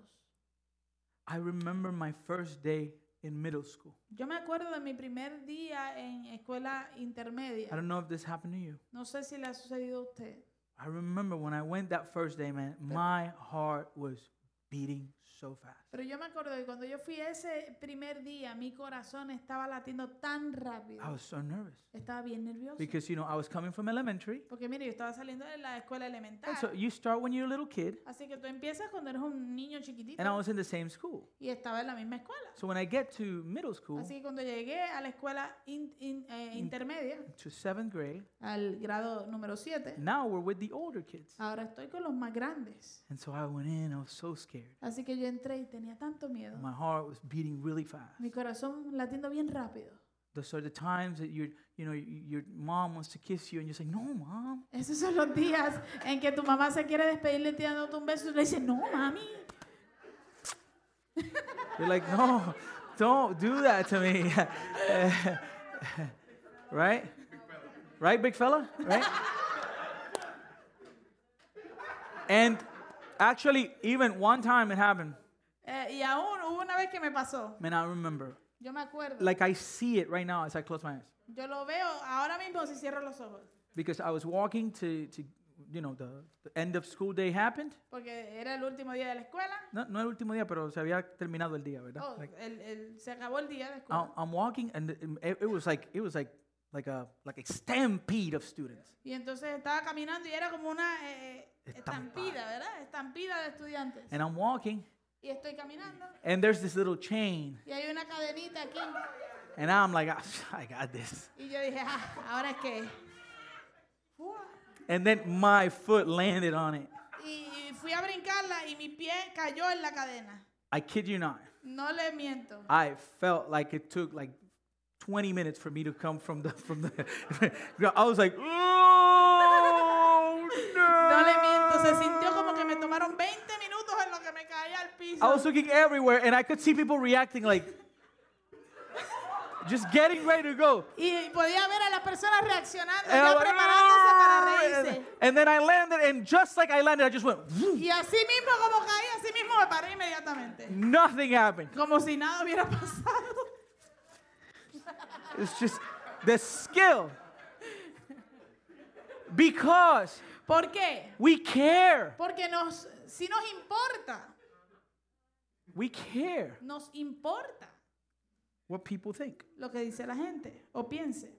[SPEAKER 1] I remember my first day in middle school.
[SPEAKER 2] Yo me acuerdo de mi primer día en escuela
[SPEAKER 1] I
[SPEAKER 2] intermedia.
[SPEAKER 1] don't know if this happened to you.
[SPEAKER 2] No sé si le ha sucedido a usted.
[SPEAKER 1] I remember when I went that first day, man, my heart was beating so fast.
[SPEAKER 2] Pero yo me acuerdo que cuando yo fui ese primer día, mi corazón estaba latiendo tan
[SPEAKER 1] I
[SPEAKER 2] rápido.
[SPEAKER 1] was so nervous
[SPEAKER 2] Estaba bien nervioso.
[SPEAKER 1] because, you know, I was coming from elementary.
[SPEAKER 2] Porque mire, yo estaba saliendo de la escuela elemental.
[SPEAKER 1] And so you start when you're a little kid,
[SPEAKER 2] Así que tú empiezas cuando eres un niño chiquitito.
[SPEAKER 1] and I was in the same school.
[SPEAKER 2] Y estaba en la misma escuela.
[SPEAKER 1] So when I get to middle school,
[SPEAKER 2] Así que cuando llegué a la escuela in- in- eh, intermedia,
[SPEAKER 1] to seventh grade,
[SPEAKER 2] al grado número 7,
[SPEAKER 1] now we're with the older kids.
[SPEAKER 2] ahora estoy con los más grandes.
[SPEAKER 1] And so I went in, I was so scared.
[SPEAKER 2] Así que yo entré y tenía tanto miedo.
[SPEAKER 1] My heart was beating really
[SPEAKER 2] Mi
[SPEAKER 1] fast.
[SPEAKER 2] corazón latiendo bien rápido.
[SPEAKER 1] Those are the times that your, you know, y- your mom wants to kiss you, and you're saying, "No, mom."
[SPEAKER 2] Esos son los días en que tu mamá se quiere despedir de ti dándote un beso y tú le dices, no, mami,
[SPEAKER 1] You're like, "No, don't do that to me." right? Right, big fella. Right? and actually, even one time it happened,
[SPEAKER 2] Eh, y aún hubo una vez que me pasó,
[SPEAKER 1] man. I remember.
[SPEAKER 2] yo me acuerdo,
[SPEAKER 1] Like I see it right now as I close my eyes.
[SPEAKER 2] yo lo veo ahora mismo si cierro los ojos,
[SPEAKER 1] because I was walking to, to you know, the, the end of school day happened.
[SPEAKER 2] porque era el último día de la escuela,
[SPEAKER 1] No, no el último día, pero se había terminado el día, ¿verdad?
[SPEAKER 2] Oh,
[SPEAKER 1] Like,
[SPEAKER 2] el- el- se acabó el día de escuela.
[SPEAKER 1] I'm, I'm walking and it, it was like it was like like a like a stampede of students.
[SPEAKER 2] Y entonces estaba caminando y era como una eh,
[SPEAKER 1] Estampada.
[SPEAKER 2] estampida, ¿verdad? Estampida de estudiantes.
[SPEAKER 1] And I'm walking
[SPEAKER 2] Y estoy caminando
[SPEAKER 1] and there's this little chain
[SPEAKER 2] y hay una cadenita aquí.
[SPEAKER 1] and I'm like "Ah, I got this.
[SPEAKER 2] Y yo dije, ah, ahora es que... Fua.
[SPEAKER 1] And then my foot landed on it.
[SPEAKER 2] Y, y fui a brincarla y mi pie cayó en la cadena.
[SPEAKER 1] I kid you not.
[SPEAKER 2] No le miento.
[SPEAKER 1] I felt like it took like 20 minutes for me to come from the from the I was like oh no.
[SPEAKER 2] No le miento, se sintió como que me tomaron 20 minutos en lo que me caí al piso.
[SPEAKER 1] I was looking everywhere and I could see people reacting like just getting ready to go.
[SPEAKER 2] y podía ver a las personas reaccionando,
[SPEAKER 1] And,
[SPEAKER 2] ya
[SPEAKER 1] I'm like,
[SPEAKER 2] preparándose para
[SPEAKER 1] "Ah!" and,
[SPEAKER 2] reírse.
[SPEAKER 1] and then I landed and just like I landed I just went "Vroom."
[SPEAKER 2] Y así mismo como caí, así mismo me paré inmediatamente.
[SPEAKER 1] nothing happened.
[SPEAKER 2] Como si nada hubiera pasado.
[SPEAKER 1] It's just the skill. Because
[SPEAKER 2] ¿Por qué?
[SPEAKER 1] we care.
[SPEAKER 2] Porque nos, si nos importa,
[SPEAKER 1] We care
[SPEAKER 2] nos importa
[SPEAKER 1] what people think.
[SPEAKER 2] lo que dice la gente o piense.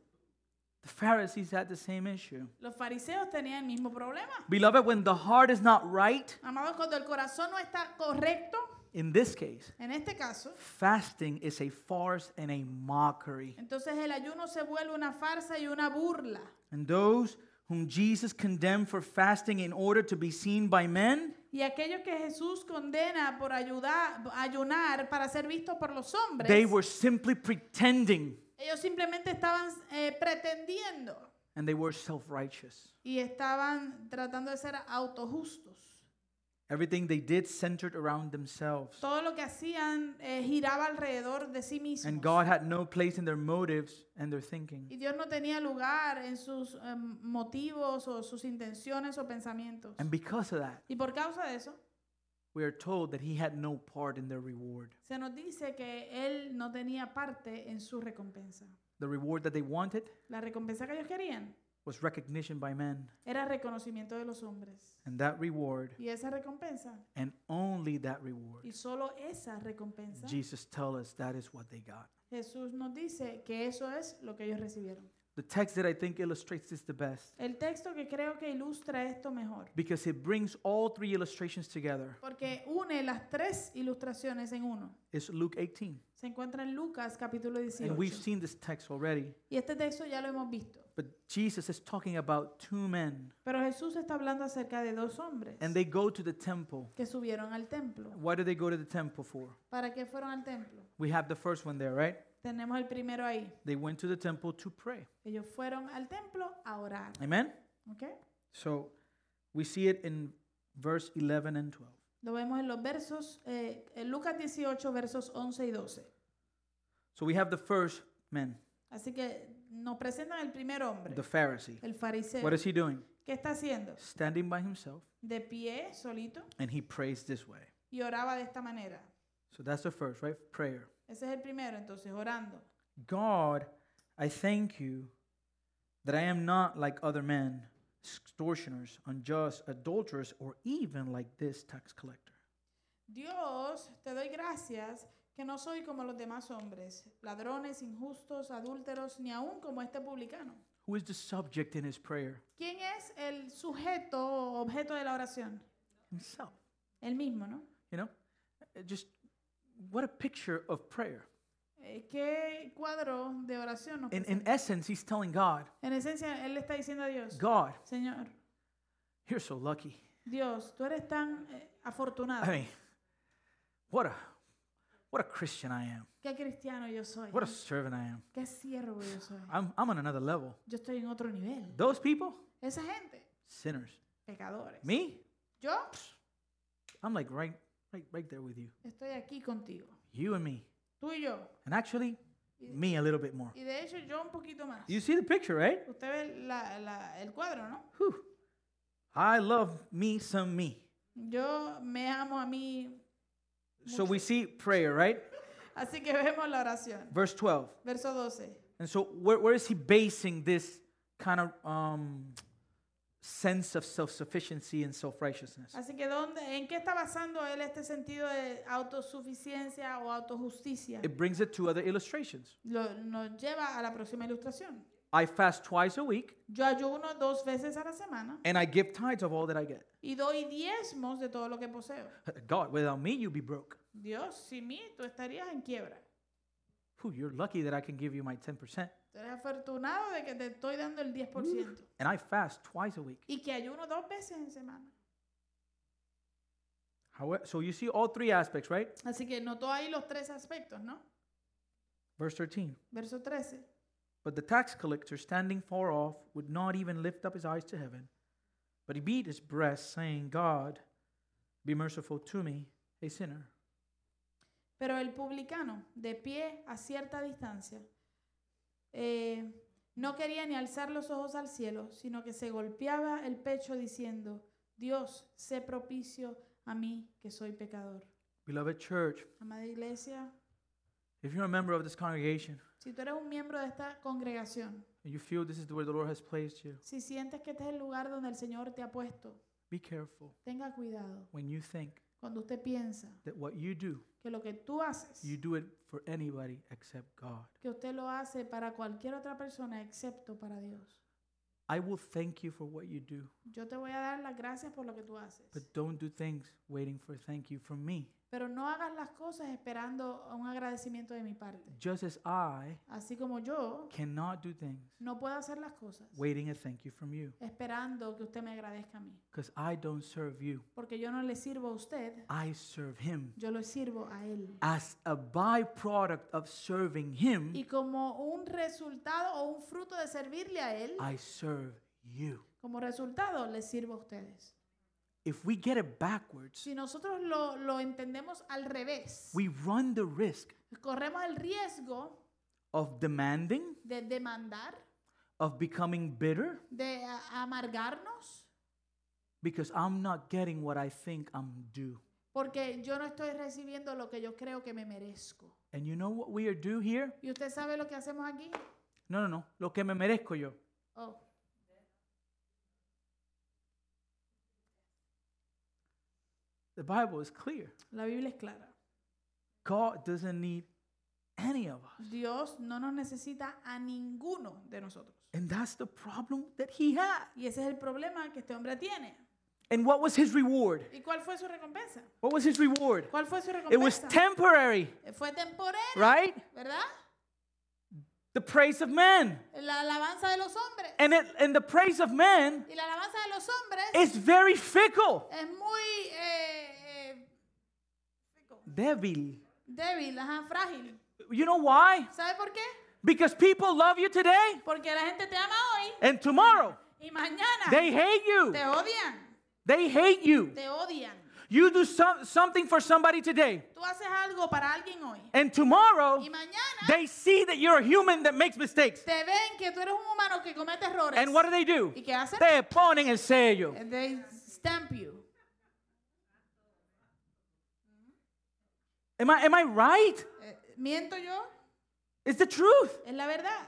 [SPEAKER 1] The Pharisees had the same issue.
[SPEAKER 2] Los fariseos tenían el mismo problema.
[SPEAKER 1] Beloved, when the heart is not right,
[SPEAKER 2] Amados, cuando el corazón no está correcto,
[SPEAKER 1] in this case,
[SPEAKER 2] en este caso,
[SPEAKER 1] fasting is a farce and a mockery.
[SPEAKER 2] entonces el ayuno se vuelve una farsa y una burla.
[SPEAKER 1] And those whom Jesus condemned for fasting in order to be seen by men
[SPEAKER 2] Y aquellos que Jesús condena por ayudar, ayunar para ser vistos por los hombres,
[SPEAKER 1] they were simply pretending
[SPEAKER 2] ellos simplemente estaban eh, pretendiendo
[SPEAKER 1] and they were self-righteous
[SPEAKER 2] y estaban tratando de ser autojustos.
[SPEAKER 1] Everything they did centered around themselves.
[SPEAKER 2] Todo lo que hacían eh, giraba alrededor de sí mismos.
[SPEAKER 1] And God had no place in their motives and their thinking.
[SPEAKER 2] Y Dios no tenía lugar en sus em, motivos o sus intenciones o pensamientos.
[SPEAKER 1] And because of that,
[SPEAKER 2] Y por causa de eso,
[SPEAKER 1] we are told that He had no part in their reward.
[SPEAKER 2] se nos dice que Él no tenía parte en su recompensa.
[SPEAKER 1] The reward that they wanted
[SPEAKER 2] La recompensa que ellos querían
[SPEAKER 1] was recognition by men.
[SPEAKER 2] era reconocimiento de los hombres.
[SPEAKER 1] And that reward,
[SPEAKER 2] Y esa recompensa,
[SPEAKER 1] and only that
[SPEAKER 2] y
[SPEAKER 1] reward,
[SPEAKER 2] solo esa recompensa,
[SPEAKER 1] Jesus tells us that is what they got.
[SPEAKER 2] Jesús nos dice que eso es lo que ellos recibieron.
[SPEAKER 1] The text that I think illustrates this the best
[SPEAKER 2] El texto que creo que ilustra esto mejor,
[SPEAKER 1] because it brings all three illustrations together
[SPEAKER 2] porque une las tres ilustraciones en uno.
[SPEAKER 1] is Luke 18.
[SPEAKER 2] Se encuentra en Lucas capítulo
[SPEAKER 1] And we've
[SPEAKER 2] 18.
[SPEAKER 1] seen this text already.
[SPEAKER 2] Y este texto ya lo hemos visto.
[SPEAKER 1] But Jesus is talking about two men,
[SPEAKER 2] Pero Jesús está hablando acerca de dos hombres
[SPEAKER 1] and they go to the temple.
[SPEAKER 2] que subieron al templo.
[SPEAKER 1] Why do they go to the temple for?
[SPEAKER 2] ¿Para qué fueron al templo?
[SPEAKER 1] We have the first one there, right?
[SPEAKER 2] Tenemos el primero ahí.
[SPEAKER 1] They went to the temple to pray.
[SPEAKER 2] Ellos fueron al templo a orar.
[SPEAKER 1] Amen?
[SPEAKER 2] ¿ok?
[SPEAKER 1] So we see it in verse 11 and 12.
[SPEAKER 2] Lo vemos en los versos, eh, en Lucas 18, versos 11 y 12.
[SPEAKER 1] So we have the first man,
[SPEAKER 2] Así que nos presentan el primer hombre,
[SPEAKER 1] the Pharisee.
[SPEAKER 2] el fariseo.
[SPEAKER 1] What is he doing?
[SPEAKER 2] ¿Qué está haciendo?
[SPEAKER 1] Standing by himself,
[SPEAKER 2] De pie, solito,
[SPEAKER 1] and he prays this way.
[SPEAKER 2] y oraba de esta manera.
[SPEAKER 1] So that's the first, right? Prayer.
[SPEAKER 2] Ese es el primero, entonces, orando.
[SPEAKER 1] God, I thank you that I am not like other men, extortioners, unjust, adulterers, or even like this tax collector.
[SPEAKER 2] Dios, te doy gracias que no soy como los demás hombres, ladrones, injustos, adúlteros, ni aún como este publicano.
[SPEAKER 1] Who is the subject in his prayer?
[SPEAKER 2] ¿Quién es el sujeto o objeto de la oración?
[SPEAKER 1] Himself.
[SPEAKER 2] El mismo, ¿no?
[SPEAKER 1] You know? Uh, Just what a picture of prayer.
[SPEAKER 2] Eh, ¿Qué cuadro de oración nos
[SPEAKER 1] In, in
[SPEAKER 2] presenta?
[SPEAKER 1] essence, he's telling God,
[SPEAKER 2] En esencia, él le está diciendo a Dios,
[SPEAKER 1] God,
[SPEAKER 2] Señor,
[SPEAKER 1] you're so lucky.
[SPEAKER 2] Dios, tú eres tan eh, afortunado.
[SPEAKER 1] I mean, what a what a Christian I am.
[SPEAKER 2] Qué cristiano yo soy.
[SPEAKER 1] What a servant I am.
[SPEAKER 2] Qué siervo yo soy.
[SPEAKER 1] I'm, I'm on another level.
[SPEAKER 2] Yo estoy en otro nivel.
[SPEAKER 1] Those people,
[SPEAKER 2] Esa gente,
[SPEAKER 1] sinners.
[SPEAKER 2] pecadores.
[SPEAKER 1] Me,
[SPEAKER 2] Yo
[SPEAKER 1] I'm like right, right, right there with you.
[SPEAKER 2] estoy aquí contigo.
[SPEAKER 1] You and me.
[SPEAKER 2] Tú y yo.
[SPEAKER 1] And actually,
[SPEAKER 2] Y-
[SPEAKER 1] me a little bit more.
[SPEAKER 2] Y de hecho yo un poquito más.
[SPEAKER 1] You see the picture, right?
[SPEAKER 2] Usted ve la- la- el cuadro, ¿no?
[SPEAKER 1] Whew. I love me some me.
[SPEAKER 2] Yo me amo a mí.
[SPEAKER 1] So we see prayer, right?
[SPEAKER 2] Así que vemos la oración.
[SPEAKER 1] Verse 12.
[SPEAKER 2] Verso 12.
[SPEAKER 1] And so where, where is he basing this kind of um, sense of self-sufficiency and self-righteousness?
[SPEAKER 2] Así que ¿dónde, ¿en qué está basando él este sentido de autosuficiencia o autojusticia?
[SPEAKER 1] It brings it to other illustrations.
[SPEAKER 2] Lo- nos lleva a la próxima ilustración.
[SPEAKER 1] I fast twice a week
[SPEAKER 2] Yo ayuno dos veces a la semana
[SPEAKER 1] and I give tithes of all that I get.
[SPEAKER 2] y doy diezmos de todo lo que poseo.
[SPEAKER 1] God, without me, you'd be broke.
[SPEAKER 2] Dios, sin mí tú estarías en quiebra.
[SPEAKER 1] Whew, you're lucky that I can give you my 10%.
[SPEAKER 2] Tú eres afortunado de que te estoy dando el 10%
[SPEAKER 1] And I fast twice a week.
[SPEAKER 2] y que ayuno dos veces en semana.
[SPEAKER 1] However, so you see all three aspects, right?
[SPEAKER 2] Así que notó ahí los tres aspectos, ¿no?
[SPEAKER 1] Verse 13.
[SPEAKER 2] Verso 13.
[SPEAKER 1] But the tax collector, standing far off, would not even lift up his eyes to heaven, but he beat his breast, saying, God, be merciful to me, a sinner.
[SPEAKER 2] Pero el publicano, de pie a cierta distancia, eh, no quería ni alzar los ojos al cielo, sino que se golpeaba el pecho diciendo, Dios, sé propicio a mí que soy pecador.
[SPEAKER 1] Beloved church,
[SPEAKER 2] Amada iglesia,
[SPEAKER 1] if you're a member of this congregation
[SPEAKER 2] si tú eres un miembro de esta congregación,
[SPEAKER 1] and you feel this is where the Lord has placed you,
[SPEAKER 2] si sientes que este es el lugar donde el Señor te ha puesto,
[SPEAKER 1] be careful
[SPEAKER 2] tenga cuidado
[SPEAKER 1] when you think
[SPEAKER 2] cuando usted piensa
[SPEAKER 1] that what you do,
[SPEAKER 2] que lo que tú haces,
[SPEAKER 1] you do it for anybody except God.
[SPEAKER 2] que usted lo hace para cualquier otra persona excepto para Dios.
[SPEAKER 1] I will thank you for what you do,
[SPEAKER 2] Yo te voy a dar las gracias por lo que tú haces.
[SPEAKER 1] but don't do things waiting for thank you from me.
[SPEAKER 2] Pero no hagas las cosas esperando un agradecimiento de mi parte.
[SPEAKER 1] Just as I
[SPEAKER 2] Así como yo
[SPEAKER 1] cannot do things
[SPEAKER 2] no puedo hacer las cosas
[SPEAKER 1] waiting a thank you from you.
[SPEAKER 2] esperando que usted me agradezca a mí.
[SPEAKER 1] Because I don't serve you.
[SPEAKER 2] Porque yo no le sirvo a usted,
[SPEAKER 1] I serve him.
[SPEAKER 2] yo lo sirvo a él.
[SPEAKER 1] As a byproduct of serving him,
[SPEAKER 2] Y como un resultado o un fruto
[SPEAKER 1] Ah.
[SPEAKER 2] de servirle a él,
[SPEAKER 1] I serve you.
[SPEAKER 2] como resultado le sirvo a ustedes.
[SPEAKER 1] If we get it backwards,
[SPEAKER 2] Si nosotros lo, lo entendemos al revés,
[SPEAKER 1] we run the risk
[SPEAKER 2] corremos el riesgo
[SPEAKER 1] of demanding,
[SPEAKER 2] de demandar,
[SPEAKER 1] of becoming bitter,
[SPEAKER 2] de a- amargarnos,
[SPEAKER 1] because I'm not getting what I think I'm due.
[SPEAKER 2] porque yo no estoy recibiendo lo que yo creo que me merezco.
[SPEAKER 1] And you know what we are due here?
[SPEAKER 2] ¿Y usted sabe lo que hacemos aquí?
[SPEAKER 1] No, no, no. Lo que me merezco yo.
[SPEAKER 2] Oh.
[SPEAKER 1] The Bible is clear.
[SPEAKER 2] La Biblia es clara.
[SPEAKER 1] God doesn't need any of us.
[SPEAKER 2] Dios no nos necesita a ninguno de nosotros.
[SPEAKER 1] And that's the problem that he had.
[SPEAKER 2] Y ese es el problema que este hombre tiene.
[SPEAKER 1] And what was his reward?
[SPEAKER 2] ¿Y cuál fue su recompensa?
[SPEAKER 1] What was his reward?
[SPEAKER 2] ¿Cuál fue su
[SPEAKER 1] It was
[SPEAKER 2] recompensa?
[SPEAKER 1] temporary,
[SPEAKER 2] fue temporera,
[SPEAKER 1] right?
[SPEAKER 2] ¿verdad?
[SPEAKER 1] The praise of man.
[SPEAKER 2] La alabanza de los hombres.
[SPEAKER 1] And, it, and the praise of man
[SPEAKER 2] Y la alabanza de los hombres
[SPEAKER 1] is very fickle.
[SPEAKER 2] es muy eh, eh,
[SPEAKER 1] Devil.
[SPEAKER 2] débil, ajá, frágil.
[SPEAKER 1] You know why?
[SPEAKER 2] ¿Sabe por qué?
[SPEAKER 1] Because people love you today
[SPEAKER 2] Porque la gente te ama hoy
[SPEAKER 1] and tomorrow
[SPEAKER 2] y mañana
[SPEAKER 1] they hate you.
[SPEAKER 2] te odian,
[SPEAKER 1] They hate you.
[SPEAKER 2] te odian.
[SPEAKER 1] You do some, something for somebody today
[SPEAKER 2] Tú haces algo para alguien hoy
[SPEAKER 1] and tomorrow
[SPEAKER 2] y mañana
[SPEAKER 1] they see that you're a human that makes mistakes.
[SPEAKER 2] te ven que tú eres un humano que comete errores.
[SPEAKER 1] And what do they do?
[SPEAKER 2] ¿Y qué hacen?
[SPEAKER 1] Te
[SPEAKER 2] eh,
[SPEAKER 1] ponen el sello.
[SPEAKER 2] They stamp you.
[SPEAKER 1] Am I, am I right?
[SPEAKER 2] Eh, ¿Miento yo?
[SPEAKER 1] It's the truth.
[SPEAKER 2] Es la verdad.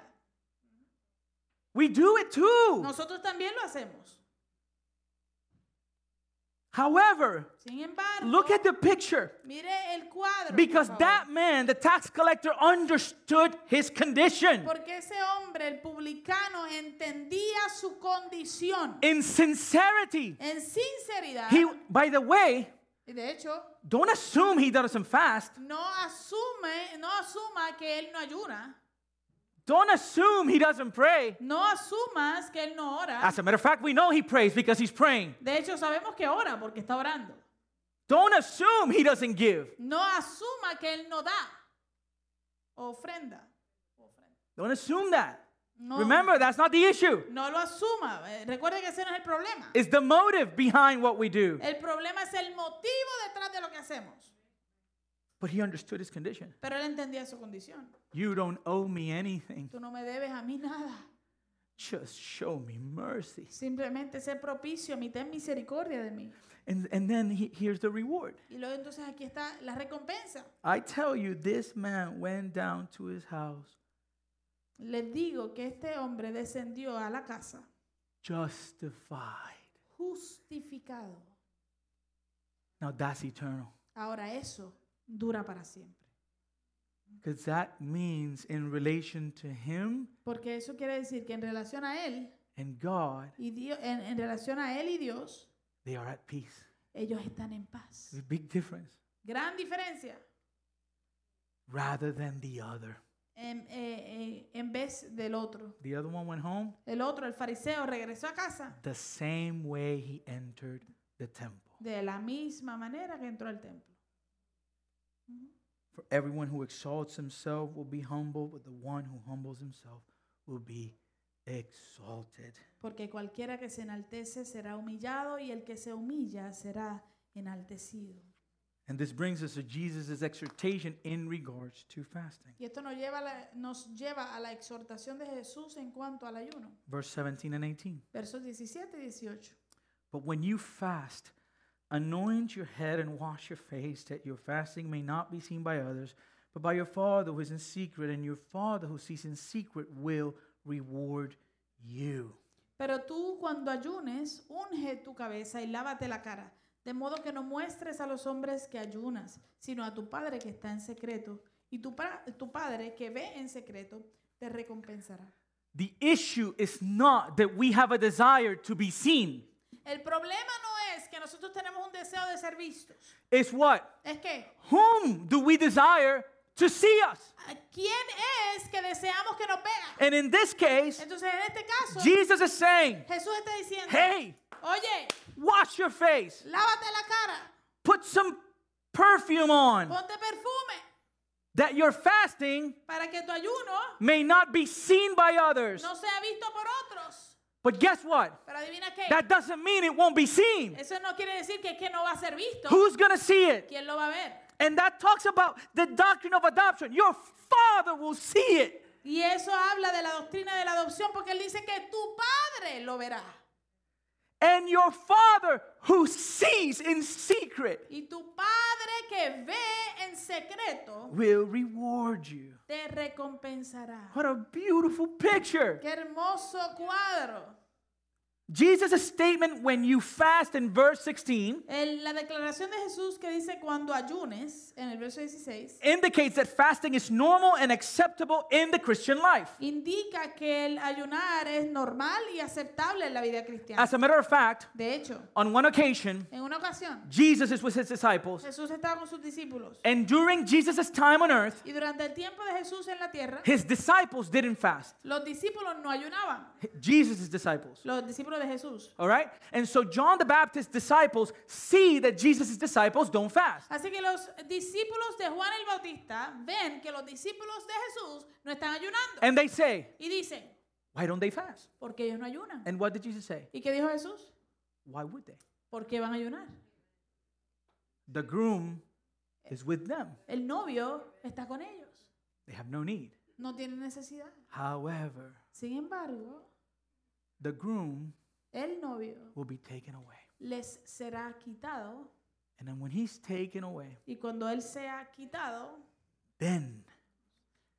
[SPEAKER 1] We do it too.
[SPEAKER 2] Nosotros también lo hacemos.
[SPEAKER 1] However,
[SPEAKER 2] Sin embargo,
[SPEAKER 1] look at the picture
[SPEAKER 2] mire el cuadro. por
[SPEAKER 1] because
[SPEAKER 2] favor.
[SPEAKER 1] that man, the tax collector, understood his condition.
[SPEAKER 2] Porque ese hombre, el publicano, entendía su condición
[SPEAKER 1] In sincerity,
[SPEAKER 2] en sinceridad.
[SPEAKER 1] he, by the way,
[SPEAKER 2] y de hecho,
[SPEAKER 1] don't assume he doesn't fast.
[SPEAKER 2] no asume, no asuma que él no ayuna.
[SPEAKER 1] Don't assume he doesn't pray.
[SPEAKER 2] No asumas que él no ora.
[SPEAKER 1] As a matter of fact, we know he prays because he's praying.
[SPEAKER 2] de hecho, sabemos que ora porque está orando.
[SPEAKER 1] Don't assume he doesn't give.
[SPEAKER 2] No asuma que él no da ofrenda. Ofrenda.
[SPEAKER 1] Don't assume that.
[SPEAKER 2] No,
[SPEAKER 1] Remember, that's not the issue.
[SPEAKER 2] no lo asuma. Eh, Recuerde que ese no es el problema.
[SPEAKER 1] It's the motive behind what we do.
[SPEAKER 2] El problema es el motivo detrás de lo que hacemos.
[SPEAKER 1] But he understood his condition.
[SPEAKER 2] Pero él entendía su condición.
[SPEAKER 1] You don't owe me anything.
[SPEAKER 2] Tú no me debes a mí nada.
[SPEAKER 1] Just show me mercy.
[SPEAKER 2] Simplemente sé propicio a mí, ten misericordia de mí.
[SPEAKER 1] And, and then he, here's the reward.
[SPEAKER 2] Y luego entonces aquí está la recompensa.
[SPEAKER 1] I tell you, this man went down to his house
[SPEAKER 2] Les digo que este hombre descendió a la casa
[SPEAKER 1] justified.
[SPEAKER 2] justificado.
[SPEAKER 1] Now that's eternal.
[SPEAKER 2] Ahora eso dura para siempre.
[SPEAKER 1] Because that means in relation to him
[SPEAKER 2] Porque eso quiere decir que en relación a él
[SPEAKER 1] and God,
[SPEAKER 2] y Dios, en, en relación a él y Dios,
[SPEAKER 1] they are at peace.
[SPEAKER 2] ellos están en paz.
[SPEAKER 1] It's a big difference.
[SPEAKER 2] Gran diferencia.
[SPEAKER 1] Rather than the other.
[SPEAKER 2] En, eh, eh, en vez del otro.
[SPEAKER 1] The other one went home
[SPEAKER 2] El otro, el fariseo, regresó a casa
[SPEAKER 1] the same way he entered the temple.
[SPEAKER 2] de la misma manera que entró al templo.
[SPEAKER 1] For everyone who exalts himself will be humbled, but the one who humbles himself will be exalted.
[SPEAKER 2] Porque cualquiera que se enaltece será humillado y el que se humilla será enaltecido.
[SPEAKER 1] And this brings us to Jesus' exhortation in regards to fasting.
[SPEAKER 2] Y esto nos lleva, a la- nos lleva a la exhortación de Jesús en cuanto al ayuno.
[SPEAKER 1] Verse 17 and 18.
[SPEAKER 2] Versos 17 y 18.
[SPEAKER 1] But when you fast, anoint your head and wash your face, that your fasting may not be seen by others, but by your Father who is in secret, and your Father who sees in secret will reward you.
[SPEAKER 2] Pero tú cuando ayunes, unge tu cabeza y lávate la cara, de modo que no muestres a los hombres que ayunas, sino a tu Padre que está en secreto. Y tu, pa- tu Padre que ve en secreto te recompensará.
[SPEAKER 1] The issue is not that we have a desire to be seen.
[SPEAKER 2] El problema no es que nosotros tenemos un deseo de ser vistos.
[SPEAKER 1] It's what?
[SPEAKER 2] Es que,
[SPEAKER 1] Whom do we desire to see us?
[SPEAKER 2] ¿a ¿quién es que deseamos que nos vea?
[SPEAKER 1] And in this case,
[SPEAKER 2] Entonces, en este caso,
[SPEAKER 1] Jesus is saying,
[SPEAKER 2] Jesús está diciendo,
[SPEAKER 1] hey,
[SPEAKER 2] oye,
[SPEAKER 1] wash your face,
[SPEAKER 2] lávate la cara,
[SPEAKER 1] put some perfume on,
[SPEAKER 2] ponte perfume,
[SPEAKER 1] that your fasting
[SPEAKER 2] para que tu ayuno
[SPEAKER 1] may not be seen by others,
[SPEAKER 2] no sea visto por otros,
[SPEAKER 1] But guess what?
[SPEAKER 2] Pero adivina qué.
[SPEAKER 1] That doesn't mean it won't be seen.
[SPEAKER 2] Eso no quiere decir que, que no va a ser visto.
[SPEAKER 1] Who's going to see it?
[SPEAKER 2] ¿Quién lo va a ver?
[SPEAKER 1] And that talks about the doctrine of adoption. Your father will see it.
[SPEAKER 2] Y eso habla de la doctrina de la adopción porque él dice que tu padre lo verá.
[SPEAKER 1] And your father who sees in secret
[SPEAKER 2] Y tu padre que ve en secreto
[SPEAKER 1] will reward you.
[SPEAKER 2] te recompensará.
[SPEAKER 1] What a beautiful picture.
[SPEAKER 2] Qué hermoso cuadro.
[SPEAKER 1] Jesus' statement when you fast in verse 16
[SPEAKER 2] El- la declaración de Jesús que dice cuando ayunes en el verso 16
[SPEAKER 1] indicates that fasting is normal and acceptable in the Christian life.
[SPEAKER 2] indica que el ayunar es normal y aceptable en la vida cristiana.
[SPEAKER 1] As a matter of fact,
[SPEAKER 2] De hecho,
[SPEAKER 1] on one occasion,
[SPEAKER 2] en una ocasión
[SPEAKER 1] Jesus is with his disciples,
[SPEAKER 2] Jesús estaba con sus discípulos
[SPEAKER 1] and during Jesus' time on earth,
[SPEAKER 2] y durante el tiempo de Jesús en la tierra
[SPEAKER 1] his disciples didn't fast.
[SPEAKER 2] los discípulos no ayunaban,
[SPEAKER 1] Jesus' disciples.
[SPEAKER 2] los discípulos de Jesús.
[SPEAKER 1] All right? And so John the Baptist's disciples see that Jesus' disciples don't fast.
[SPEAKER 2] Así que los discípulos de Juan el Bautista ven que los discípulos de Jesús no están ayunando
[SPEAKER 1] And they say,
[SPEAKER 2] y dicen,
[SPEAKER 1] Why don't they fast?
[SPEAKER 2] ¿por qué ellos no ayunan?
[SPEAKER 1] And what did Jesus say?
[SPEAKER 2] ¿Y qué dijo Jesús?
[SPEAKER 1] Why would they?
[SPEAKER 2] ¿Por qué van a ayunar?
[SPEAKER 1] The groom is with them,
[SPEAKER 2] El novio está con ellos.
[SPEAKER 1] they have no need.
[SPEAKER 2] no tiene necesidad.
[SPEAKER 1] However,
[SPEAKER 2] Sin embargo,
[SPEAKER 1] the groom
[SPEAKER 2] el novio
[SPEAKER 1] will be taken away.
[SPEAKER 2] les será quitado
[SPEAKER 1] And then when he's taken away,
[SPEAKER 2] y cuando él sea quitado,
[SPEAKER 1] then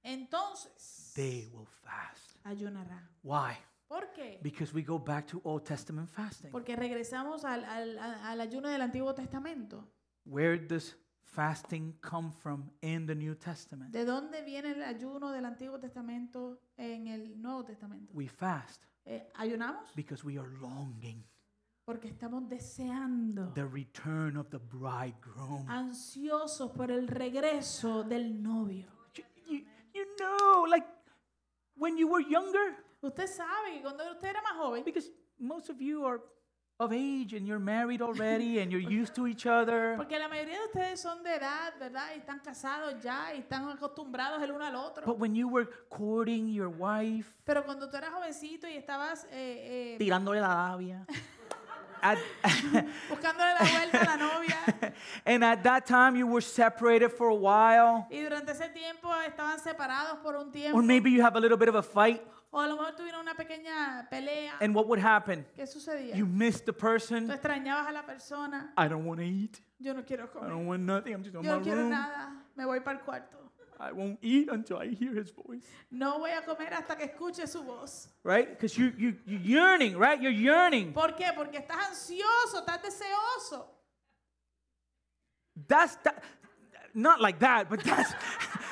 [SPEAKER 2] entonces
[SPEAKER 1] they will fast.
[SPEAKER 2] ayunará.
[SPEAKER 1] Why?
[SPEAKER 2] ¿Por qué?
[SPEAKER 1] Because we go back to Old Testament fasting.
[SPEAKER 2] Porque regresamos al, al- a- al ayuno del Antiguo Testamento.
[SPEAKER 1] Where does fasting come from in the New Testament?
[SPEAKER 2] ¿De dónde viene el ayuno del Antiguo Testamento en el Nuevo Testamento?
[SPEAKER 1] We fast
[SPEAKER 2] Eh, ¿Ayunamos?
[SPEAKER 1] because we are longing
[SPEAKER 2] Porque estamos deseando,
[SPEAKER 1] the return of the bridegroom.
[SPEAKER 2] Ah. ansiosos por el regreso del novio.
[SPEAKER 1] You, you- you know, like when you were younger,
[SPEAKER 2] Usted sabe que cuando usted era más joven,
[SPEAKER 1] because most of you are of age and you're married already and you're used to each other.
[SPEAKER 2] Porque la mayoría de ustedes son de edad, ¿verdad? Y están casados ya y están acostumbrados el uno al otro.
[SPEAKER 1] But when you were courting your wife,
[SPEAKER 2] Pero cuando tú eras jovencito y estabas eh, eh,
[SPEAKER 1] tirándole la labia, at-
[SPEAKER 2] buscándole la vuelta a la novia
[SPEAKER 1] and at that time you were separated for a while,
[SPEAKER 2] y durante ese tiempo estaban separados por un tiempo,
[SPEAKER 1] or maybe you have a little bit of a fight,
[SPEAKER 2] o a lo mejor tuvieron una pequeña pelea,
[SPEAKER 1] and what would happen?
[SPEAKER 2] ¿qué sucedía?
[SPEAKER 1] You miss the
[SPEAKER 2] Tú
[SPEAKER 1] person.
[SPEAKER 2] extrañabas a la persona,
[SPEAKER 1] I don't want to eat.
[SPEAKER 2] yo no quiero
[SPEAKER 1] I
[SPEAKER 2] comer,
[SPEAKER 1] don't want nothing. I'm just on
[SPEAKER 2] yo
[SPEAKER 1] my
[SPEAKER 2] no quiero
[SPEAKER 1] room.
[SPEAKER 2] nada, me voy para el cuarto.
[SPEAKER 1] I won't eat until I hear his voice.
[SPEAKER 2] No voy a comer hasta que escuche su voz.
[SPEAKER 1] Right? Because you, you, you're yearning, right? You're yearning.
[SPEAKER 2] ¿Por qué? Porque estás ansioso, estás deseoso.
[SPEAKER 1] That's that, not like that, but that's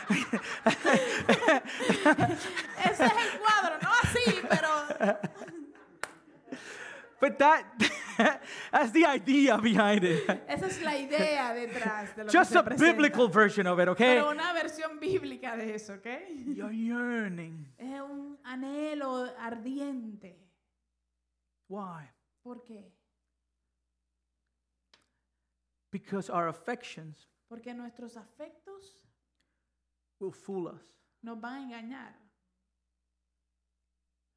[SPEAKER 2] Ese es el cuadro, no así, pero
[SPEAKER 1] but that that's the idea behind it.
[SPEAKER 2] esa es la idea detrás de lo
[SPEAKER 1] Just
[SPEAKER 2] que se
[SPEAKER 1] a
[SPEAKER 2] presenta.
[SPEAKER 1] biblical version of it, okay?
[SPEAKER 2] Pero una versión bíblica de eso, ¿ok? Es
[SPEAKER 1] You're yearning.
[SPEAKER 2] un anhelo ardiente.
[SPEAKER 1] Why?
[SPEAKER 2] ¿Por qué?
[SPEAKER 1] Because our affections
[SPEAKER 2] Porque nuestros afectos
[SPEAKER 1] will fool us.
[SPEAKER 2] nos van a engañar.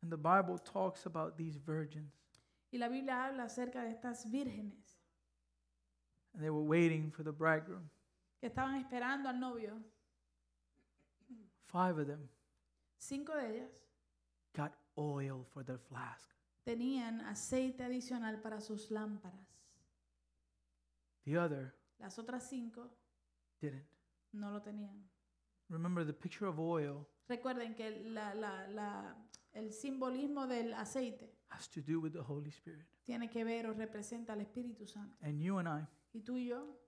[SPEAKER 1] And the Bible talks about these virgins.
[SPEAKER 2] Y la Biblia habla acerca de estas vírgenes
[SPEAKER 1] And they were waiting for the bridegroom.
[SPEAKER 2] que estaban esperando al novio.
[SPEAKER 1] Five of them
[SPEAKER 2] Cinco de ellas
[SPEAKER 1] got oil for their flask.
[SPEAKER 2] tenían aceite adicional para sus lámparas.
[SPEAKER 1] The other
[SPEAKER 2] Las otras cinco
[SPEAKER 1] didn't.
[SPEAKER 2] no lo tenían.
[SPEAKER 1] Remember the picture of oil
[SPEAKER 2] Recuerden que la- la- la- el simbolismo del aceite
[SPEAKER 1] has to do with the Holy Spirit.
[SPEAKER 2] tiene que ver o representa al Espíritu Santo.
[SPEAKER 1] And you and I
[SPEAKER 2] Y tú y yo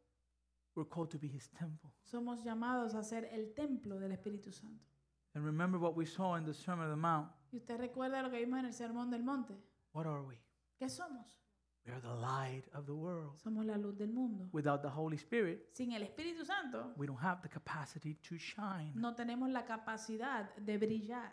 [SPEAKER 1] were called to be his temple.
[SPEAKER 2] somos llamados a ser el templo del Espíritu Santo.
[SPEAKER 1] And remember what we saw in the Sermon on the Mount.
[SPEAKER 2] Y usted recuerda lo que vimos en el Sermón del Monte.
[SPEAKER 1] What are we?
[SPEAKER 2] ¿Qué somos?
[SPEAKER 1] We are the light of the world.
[SPEAKER 2] Somos la luz del mundo.
[SPEAKER 1] Without the Holy Spirit,
[SPEAKER 2] Sin el Espíritu Santo
[SPEAKER 1] we don't have the capacity to shine.
[SPEAKER 2] no tenemos la capacidad de brillar.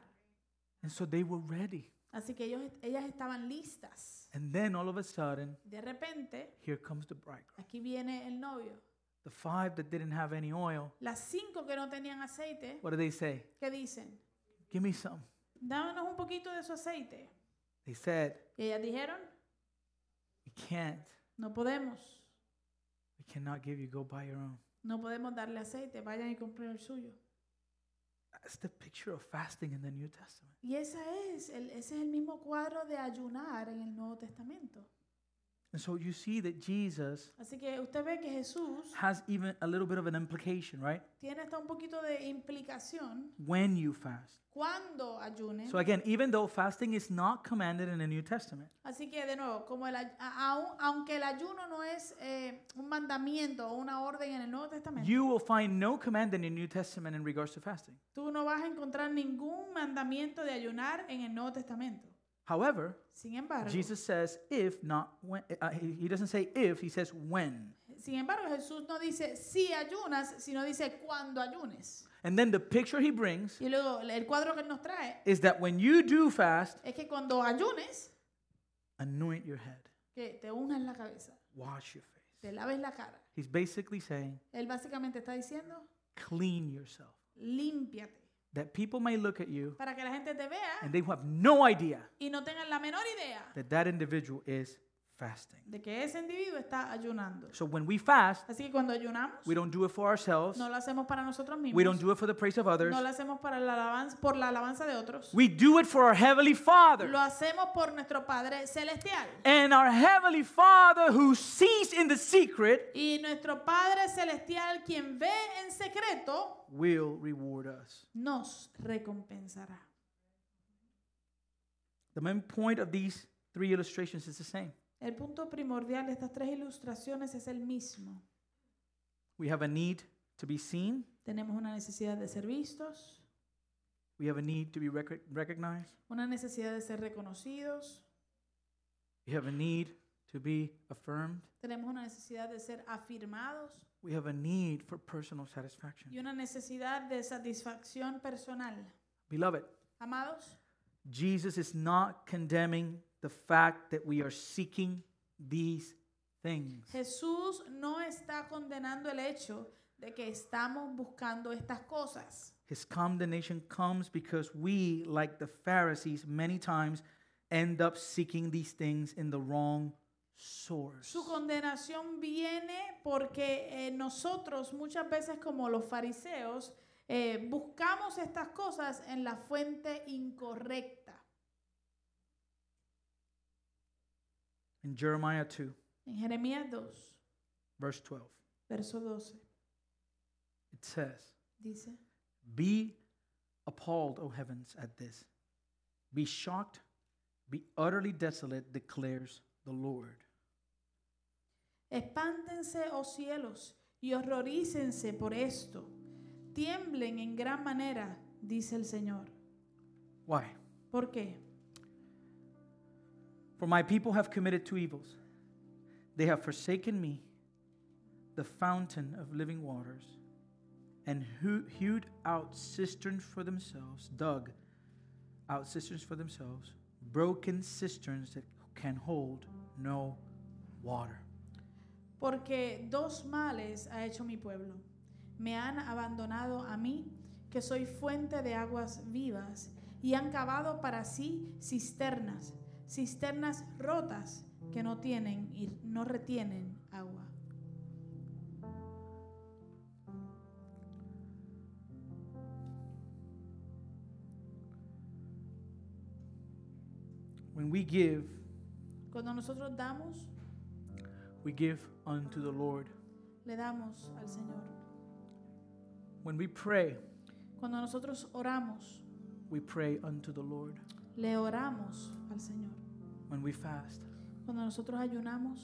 [SPEAKER 1] And so they were ready.
[SPEAKER 2] Así que ellos, ellas estaban listas.
[SPEAKER 1] And then all of a sudden,
[SPEAKER 2] De repente,
[SPEAKER 1] here comes the bridegroom.
[SPEAKER 2] aquí viene el novio.
[SPEAKER 1] The five that didn't have any oil,
[SPEAKER 2] Las cinco que no tenían aceite,
[SPEAKER 1] what do they say?
[SPEAKER 2] ¿qué dicen?
[SPEAKER 1] Give me some.
[SPEAKER 2] Dámenos un poquito de su aceite.
[SPEAKER 1] They said,
[SPEAKER 2] Y ellas dijeron,
[SPEAKER 1] We can't.
[SPEAKER 2] no podemos,
[SPEAKER 1] We cannot give you. Go buy your own.
[SPEAKER 2] no podemos darle aceite, vayan y compren el suyo.
[SPEAKER 1] That's the picture of fasting in the New Testament.
[SPEAKER 2] Y esa es, el- ese es el mismo cuadro de ayunar en el Nuevo Testamento.
[SPEAKER 1] And so you see that Jesus
[SPEAKER 2] Así que usted ve que Jesús
[SPEAKER 1] has even a little bit of an implication, right?
[SPEAKER 2] tiene hasta un poquito de implicación
[SPEAKER 1] When you fast.
[SPEAKER 2] cuando ayune.
[SPEAKER 1] So again, even though fasting is not commanded in the New Testament,
[SPEAKER 2] Así que de nuevo, como el, ay- a- aun- aunque el ayuno no es eh, un mandamiento o una orden en el Nuevo Testamento,
[SPEAKER 1] you will find no command in the New Testament in regards to fasting.
[SPEAKER 2] tú no vas a encontrar ningún mandamiento de ayunar en el Nuevo Testamento.
[SPEAKER 1] However,
[SPEAKER 2] Sin embargo,
[SPEAKER 1] Jesus says, if not when. Uh, he he doesn't say if, he says when.
[SPEAKER 2] sin embargo, Jesús no dice si ayunas, sino dice cuando ayunes.
[SPEAKER 1] And then the picture he brings
[SPEAKER 2] Y luego el cuadro que él nos trae
[SPEAKER 1] is that when you do fast,
[SPEAKER 2] es que cuando ayunes,
[SPEAKER 1] anoint your head,
[SPEAKER 2] que te unas la cabeza,
[SPEAKER 1] wash your face.
[SPEAKER 2] te laves la cara.
[SPEAKER 1] He's basically saying,
[SPEAKER 2] Él básicamente está diciendo,
[SPEAKER 1] clean yourself.
[SPEAKER 2] límpiate,
[SPEAKER 1] That people may look at you
[SPEAKER 2] para que la gente te vea
[SPEAKER 1] and they have no idea
[SPEAKER 2] y no tengan la menor idea
[SPEAKER 1] that that individual is fasting.
[SPEAKER 2] de que ese individuo está ayunando.
[SPEAKER 1] So when we fast,
[SPEAKER 2] Así que cuando ayunamos,
[SPEAKER 1] we don't do it for ourselves,
[SPEAKER 2] no lo hacemos para nosotros
[SPEAKER 1] we don't
[SPEAKER 2] mismos,
[SPEAKER 1] do it for the praise of others.
[SPEAKER 2] no lo hacemos para la alabanza, por la alabanza de otros,
[SPEAKER 1] We do it for our Heavenly Father.
[SPEAKER 2] lo hacemos por nuestro Padre Celestial.
[SPEAKER 1] And our Heavenly Father who sees in the secret
[SPEAKER 2] Y nuestro Padre Celestial, quien ve en secreto,
[SPEAKER 1] will reward us.
[SPEAKER 2] nos recompensará.
[SPEAKER 1] The main point of these three illustrations is the same.
[SPEAKER 2] El punto primordial de estas tres ilustraciones es el mismo.
[SPEAKER 1] We have a need to be seen,
[SPEAKER 2] Tenemos una necesidad de ser vistos,
[SPEAKER 1] we have a need to be rec- recognized,
[SPEAKER 2] una necesidad de ser reconocidos,
[SPEAKER 1] we have a need to be affirmed,
[SPEAKER 2] tenemos una necesidad de ser afirmados
[SPEAKER 1] we have a need for personal
[SPEAKER 2] y
[SPEAKER 1] satisfaction.
[SPEAKER 2] una necesidad de satisfacción personal.
[SPEAKER 1] Beloved,
[SPEAKER 2] Amados,
[SPEAKER 1] Jesus is not condemning the fact that we are seeking these things.
[SPEAKER 2] Jesús no está condenando el hecho de que estamos buscando estas cosas.
[SPEAKER 1] His condemnation comes because we, like the Pharisees, many times end up seeking these things in the wrong source.
[SPEAKER 2] Su condenación viene porque eh, nosotros muchas veces como los fariseos eh, buscamos estas cosas en la fuente incorrecta.
[SPEAKER 1] In Jeremiah 2,
[SPEAKER 2] En Jeremías 2,
[SPEAKER 1] verse 12,
[SPEAKER 2] verso 12,
[SPEAKER 1] it says,
[SPEAKER 2] dice,
[SPEAKER 1] Be appalled, O heavens, at this. Be shocked, be utterly desolate, declares the Lord.
[SPEAKER 2] Espántense, oh cielos, y horrorícense por esto. Tiemblen en gran manera, dice el Señor.
[SPEAKER 1] Why?
[SPEAKER 2] ¿Por qué?
[SPEAKER 1] For my people have committed two evils. They have forsaken me, the fountain of living waters, and hew- hewed out cisterns for themselves, dug out cisterns for themselves, broken cisterns that can hold no water.
[SPEAKER 2] Porque dos males ha hecho mi pueblo. Me han abandonado a mí, que soy fuente de aguas vivas, y han cavado para sí cisternas, cisternas rotas que no tienen y no retienen agua.
[SPEAKER 1] When we give,
[SPEAKER 2] Cuando nosotros damos,
[SPEAKER 1] we give unto the Lord.
[SPEAKER 2] le damos al Señor.
[SPEAKER 1] When we pray,
[SPEAKER 2] Cuando nosotros oramos,
[SPEAKER 1] we pray unto the Lord.
[SPEAKER 2] le oramos al Señor.
[SPEAKER 1] When we fast,
[SPEAKER 2] Cuando nosotros ayunamos,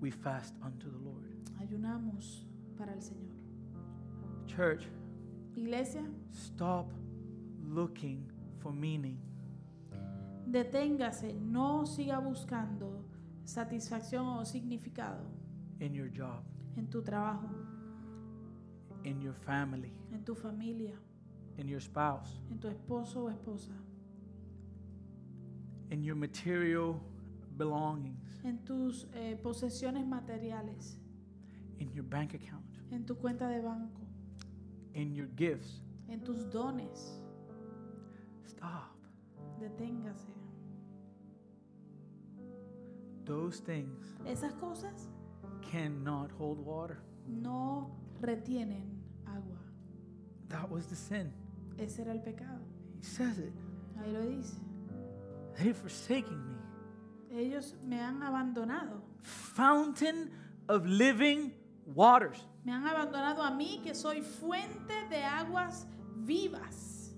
[SPEAKER 1] we fast unto the Lord.
[SPEAKER 2] ayunamos para el Señor.
[SPEAKER 1] Church,
[SPEAKER 2] Iglesia,
[SPEAKER 1] stop looking for meaning.
[SPEAKER 2] deténgase, no siga buscando satisfacción o significado
[SPEAKER 1] in your job,
[SPEAKER 2] en tu trabajo,
[SPEAKER 1] in your family,
[SPEAKER 2] en tu familia,
[SPEAKER 1] in your spouse,
[SPEAKER 2] en tu esposo o esposa,
[SPEAKER 1] in your material belongings,
[SPEAKER 2] en tus eh, posesiones materiales,
[SPEAKER 1] in your bank account,
[SPEAKER 2] en tu cuenta de banco,
[SPEAKER 1] in your gifts.
[SPEAKER 2] en tus dones.
[SPEAKER 1] Stop.
[SPEAKER 2] Deténgase.
[SPEAKER 1] Those things
[SPEAKER 2] Esas cosas
[SPEAKER 1] cannot hold water.
[SPEAKER 2] no retienen agua.
[SPEAKER 1] That was the sin.
[SPEAKER 2] Ese era el pecado.
[SPEAKER 1] He says it.
[SPEAKER 2] Ahí lo dice.
[SPEAKER 1] They've forsaken me.
[SPEAKER 2] Ellos me han abandonado.
[SPEAKER 1] Fountain of living waters.
[SPEAKER 2] Me han abandonado a mí que soy fuente de aguas vivas.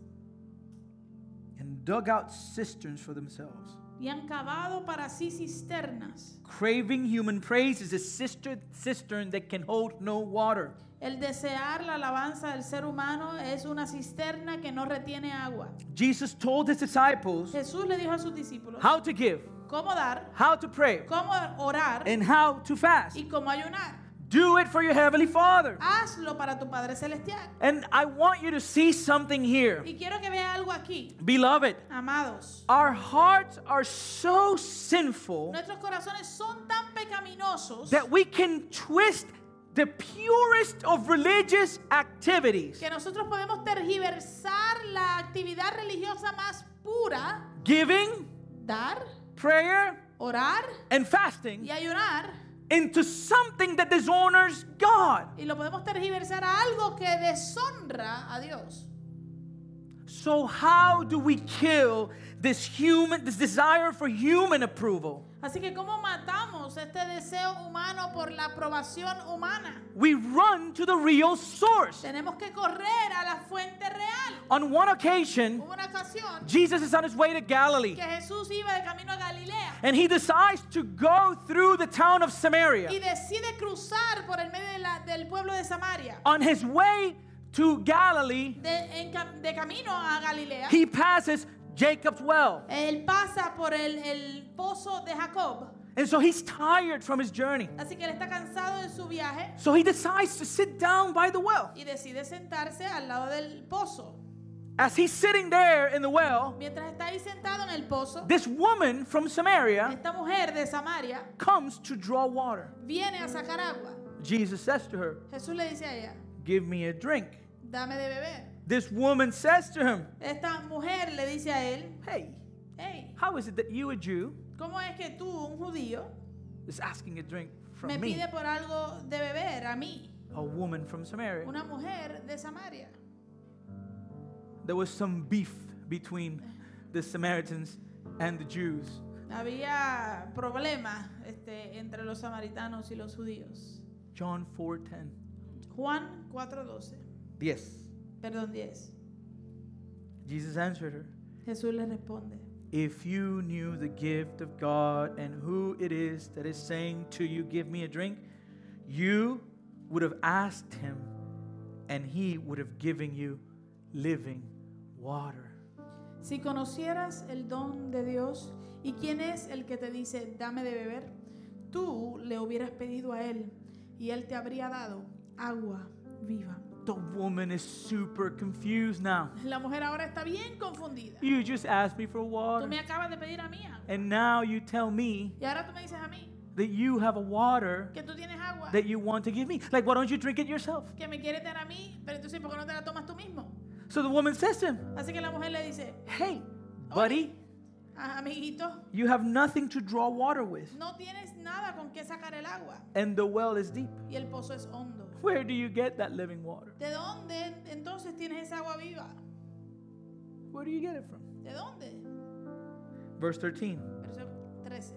[SPEAKER 1] And dug out cisterns for themselves.
[SPEAKER 2] Y han cavado para sí cisternas.
[SPEAKER 1] Craving human praise is a cister- cistern that can hold no water.
[SPEAKER 2] El desear la alabanza del ser humano es una cisterna que no retiene agua.
[SPEAKER 1] Jesus told his disciples
[SPEAKER 2] Jesús le dijo a sus discípulos
[SPEAKER 1] how to give,
[SPEAKER 2] cómo dar,
[SPEAKER 1] how to pray,
[SPEAKER 2] cómo orar
[SPEAKER 1] and how to fast.
[SPEAKER 2] y cómo ayunar.
[SPEAKER 1] Do it for your heavenly Father.
[SPEAKER 2] Hazlo para tu Padre Celestial.
[SPEAKER 1] And I want you to see something here.
[SPEAKER 2] Y quiero que vea algo aquí,
[SPEAKER 1] Beloved,
[SPEAKER 2] amados.
[SPEAKER 1] our hearts are so sinful
[SPEAKER 2] Nuestros corazones son tan pecaminosos
[SPEAKER 1] that we can twist the purest of religious activities
[SPEAKER 2] que nosotros podemos tergiversar la actividad religiosa más pura,
[SPEAKER 1] giving,
[SPEAKER 2] dar,
[SPEAKER 1] prayer,
[SPEAKER 2] orar
[SPEAKER 1] and fasting
[SPEAKER 2] y ayunar,
[SPEAKER 1] into something that dishonors God.
[SPEAKER 2] y lo podemos tergiversar a algo que deshonra a Dios.
[SPEAKER 1] So, how do we kill this human, this desire for human approval?
[SPEAKER 2] Así que ¿cómo matamos este deseo humano por la aprobación humana?
[SPEAKER 1] We run to the real source.
[SPEAKER 2] Tenemos que correr a la fuente real.
[SPEAKER 1] On one occasion,
[SPEAKER 2] Hubo una ocasión
[SPEAKER 1] Jesus is on his way to Galilee.
[SPEAKER 2] que Jesús iba de camino a Galilea
[SPEAKER 1] And he decides to go through the town of
[SPEAKER 2] y
[SPEAKER 1] Samaria.
[SPEAKER 2] decide cruzar por el medio de la- del pueblo de Samaria.
[SPEAKER 1] On his way to Galilee,
[SPEAKER 2] De, en cam- de camino a Galilea,
[SPEAKER 1] he passes Jacob's well.
[SPEAKER 2] él pasa por el, el pozo de Jacob.
[SPEAKER 1] And so he's tired from his journey.
[SPEAKER 2] Así que él está cansado de su viaje
[SPEAKER 1] So he decides to sit down by the well.
[SPEAKER 2] y decide sentarse al lado del pozo.
[SPEAKER 1] As he's sitting there in the well,
[SPEAKER 2] Mientras está ahí sentado en el pozo,
[SPEAKER 1] this woman from Samaria
[SPEAKER 2] esta mujer de Samaria
[SPEAKER 1] comes to draw water.
[SPEAKER 2] viene a sacar agua.
[SPEAKER 1] Jesus says to her,
[SPEAKER 2] Jesús le dice a ella,
[SPEAKER 1] Give me a drink.
[SPEAKER 2] dame de beber.
[SPEAKER 1] This woman says to him,
[SPEAKER 2] Esta mujer le dice a él,
[SPEAKER 1] Hey,
[SPEAKER 2] hey,
[SPEAKER 1] how is it that you, a Jew,
[SPEAKER 2] ¿cómo es que tú, un judío,
[SPEAKER 1] is asking a drink
[SPEAKER 2] me
[SPEAKER 1] from me,
[SPEAKER 2] pide por algo de beber a mí,
[SPEAKER 1] a woman from Samaria?
[SPEAKER 2] una mujer de Samaria?
[SPEAKER 1] There was some beef between the Samaritans and the Jews.
[SPEAKER 2] Había problemas este, entre los samaritanos y los judíos.
[SPEAKER 1] John 4:10.
[SPEAKER 2] Juan 4:12,
[SPEAKER 1] Yes.
[SPEAKER 2] perdón 10.
[SPEAKER 1] Jesus answered her,
[SPEAKER 2] Jesús le responde,
[SPEAKER 1] "If you knew the gift of God and who it is that is saying to you, give me a drink, you would have asked him and he would have given you living water."
[SPEAKER 2] si conocieras el don de Dios y quién es el que te dice, dame de beber, tú le hubieras pedido a él y él te habría dado agua viva.
[SPEAKER 1] The woman is super confused now.
[SPEAKER 2] La mujer ahora está bien confundida.
[SPEAKER 1] You just asked me for
[SPEAKER 2] Tú
[SPEAKER 1] water
[SPEAKER 2] me acabas de pedir a mí agua.
[SPEAKER 1] and now you tell me
[SPEAKER 2] Y ahora tú me dices a mí
[SPEAKER 1] that you have a water
[SPEAKER 2] que tú tienes agua
[SPEAKER 1] that you want to give me. Like, why don't you drink it yourself?
[SPEAKER 2] que me quieres dar a mí, pero entonces ¿por qué no te la tomas tú mismo?
[SPEAKER 1] So the woman says to him,
[SPEAKER 2] Así que la mujer le dice,
[SPEAKER 1] Hey, buddy,
[SPEAKER 2] "Ah, amiguito,
[SPEAKER 1] you have nothing to draw water with,
[SPEAKER 2] no tienes nada con qué sacar el agua
[SPEAKER 1] and the well is deep.
[SPEAKER 2] y el pozo es hondo.
[SPEAKER 1] Where do you get that living water?
[SPEAKER 2] ¿De dónde entonces tienes esa agua viva?
[SPEAKER 1] Where do you get it from?
[SPEAKER 2] ¿De dónde?
[SPEAKER 1] Verse 13,
[SPEAKER 2] Verso 13.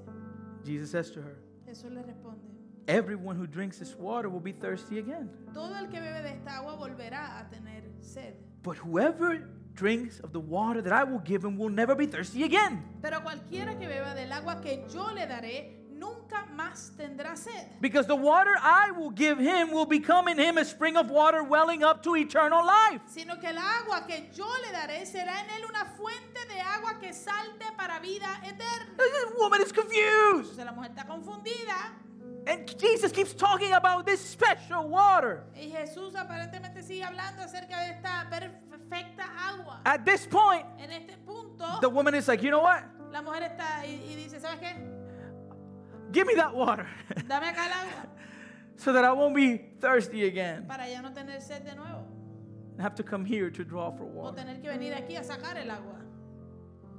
[SPEAKER 1] Jesus says to her,
[SPEAKER 2] Jesús le responde,
[SPEAKER 1] Everyone who drinks this water will be thirsty again.
[SPEAKER 2] todo el que bebe de esta agua volverá a tener sed.
[SPEAKER 1] But whoever drinks of the water that I will give him will never be thirsty again.
[SPEAKER 2] Pero cualquiera que beba del agua que yo le daré, nunca más tendrá sed.
[SPEAKER 1] Because the water I will give him will become in him a spring of water welling up to eternal life.
[SPEAKER 2] sino que el agua que yo le daré será en él una fuente de agua que salte para vida eterna.
[SPEAKER 1] The woman is confused.
[SPEAKER 2] Entonces la mujer está confundida
[SPEAKER 1] And Jesus keeps talking about this special water.
[SPEAKER 2] y Jesús aparentemente sigue hablando acerca de esta perfecta agua.
[SPEAKER 1] At this point,
[SPEAKER 2] En este punto,
[SPEAKER 1] the woman is like, you know what?
[SPEAKER 2] la mujer está y, y dice, ¿sabes qué?
[SPEAKER 1] Give me that water
[SPEAKER 2] Dame acá el agua
[SPEAKER 1] so that I won't be thirsty again
[SPEAKER 2] para ya no tener sed de nuevo
[SPEAKER 1] and have to come here to draw for
[SPEAKER 2] o
[SPEAKER 1] water.
[SPEAKER 2] tener que venir aquí a sacar el agua.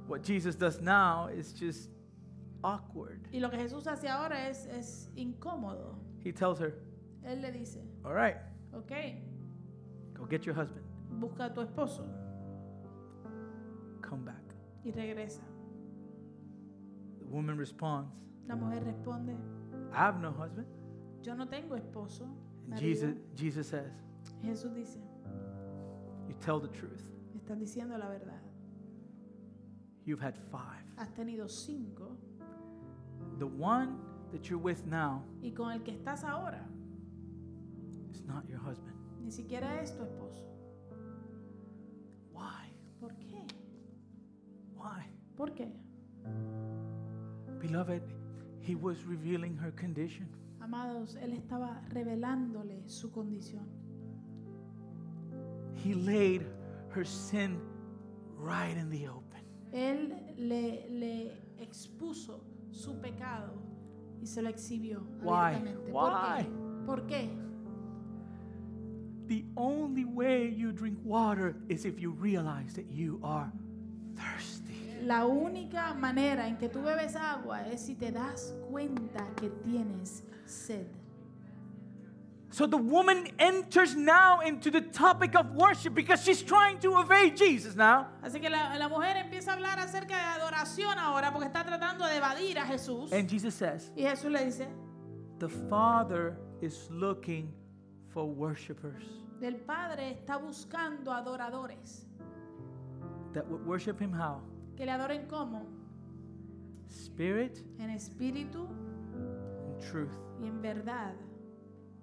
[SPEAKER 1] What Jesus does now is just awkward.
[SPEAKER 2] Y lo que Jesús hace ahora es, es incómodo.
[SPEAKER 1] He tells her,
[SPEAKER 2] Él le dice,
[SPEAKER 1] All right,
[SPEAKER 2] ok,
[SPEAKER 1] go get your husband.
[SPEAKER 2] busca a tu esposo
[SPEAKER 1] Come back.
[SPEAKER 2] y regresa.
[SPEAKER 1] The woman responds,
[SPEAKER 2] La mujer responde,
[SPEAKER 1] I have no husband.
[SPEAKER 2] yo no tengo esposo.
[SPEAKER 1] And
[SPEAKER 2] marido".
[SPEAKER 1] Jesus, Jesus says,
[SPEAKER 2] Jesús dice,
[SPEAKER 1] You tell the truth.
[SPEAKER 2] estás diciendo la verdad.
[SPEAKER 1] You've had five.
[SPEAKER 2] Has tenido cinco
[SPEAKER 1] The one that you're with now
[SPEAKER 2] y con el que estás ahora
[SPEAKER 1] is not your husband.
[SPEAKER 2] ni siquiera es tu esposo.
[SPEAKER 1] Why?
[SPEAKER 2] ¿Por qué?
[SPEAKER 1] Why?
[SPEAKER 2] ¿Por qué?
[SPEAKER 1] Beloved, he was revealing her condition.
[SPEAKER 2] Amados, él estaba revelándole su condición.
[SPEAKER 1] He laid her sin right in the open.
[SPEAKER 2] Él le, le expuso su pecado y se lo exhibió
[SPEAKER 1] Why?
[SPEAKER 2] abiertamente.
[SPEAKER 1] Why?
[SPEAKER 2] ¿Por qué? ¿Por qué?
[SPEAKER 1] The only way you drink water is if you realize that you are thirsty.
[SPEAKER 2] La única manera en que tú bebes agua es si te das cuenta que tienes sed.
[SPEAKER 1] So the woman enters now into the topic of worship because she's trying to evade Jesus now.
[SPEAKER 2] Así que la, la mujer empieza a hablar acerca de adoración ahora porque está tratando de evadir a Jesús.
[SPEAKER 1] And Jesus says,
[SPEAKER 2] Y Jesús le dice,
[SPEAKER 1] The Father is looking for worshipers
[SPEAKER 2] el Padre está buscando adoradores
[SPEAKER 1] that would worship Him how?
[SPEAKER 2] que le adoren como
[SPEAKER 1] Spirit
[SPEAKER 2] en espíritu
[SPEAKER 1] and truth.
[SPEAKER 2] y en verdad.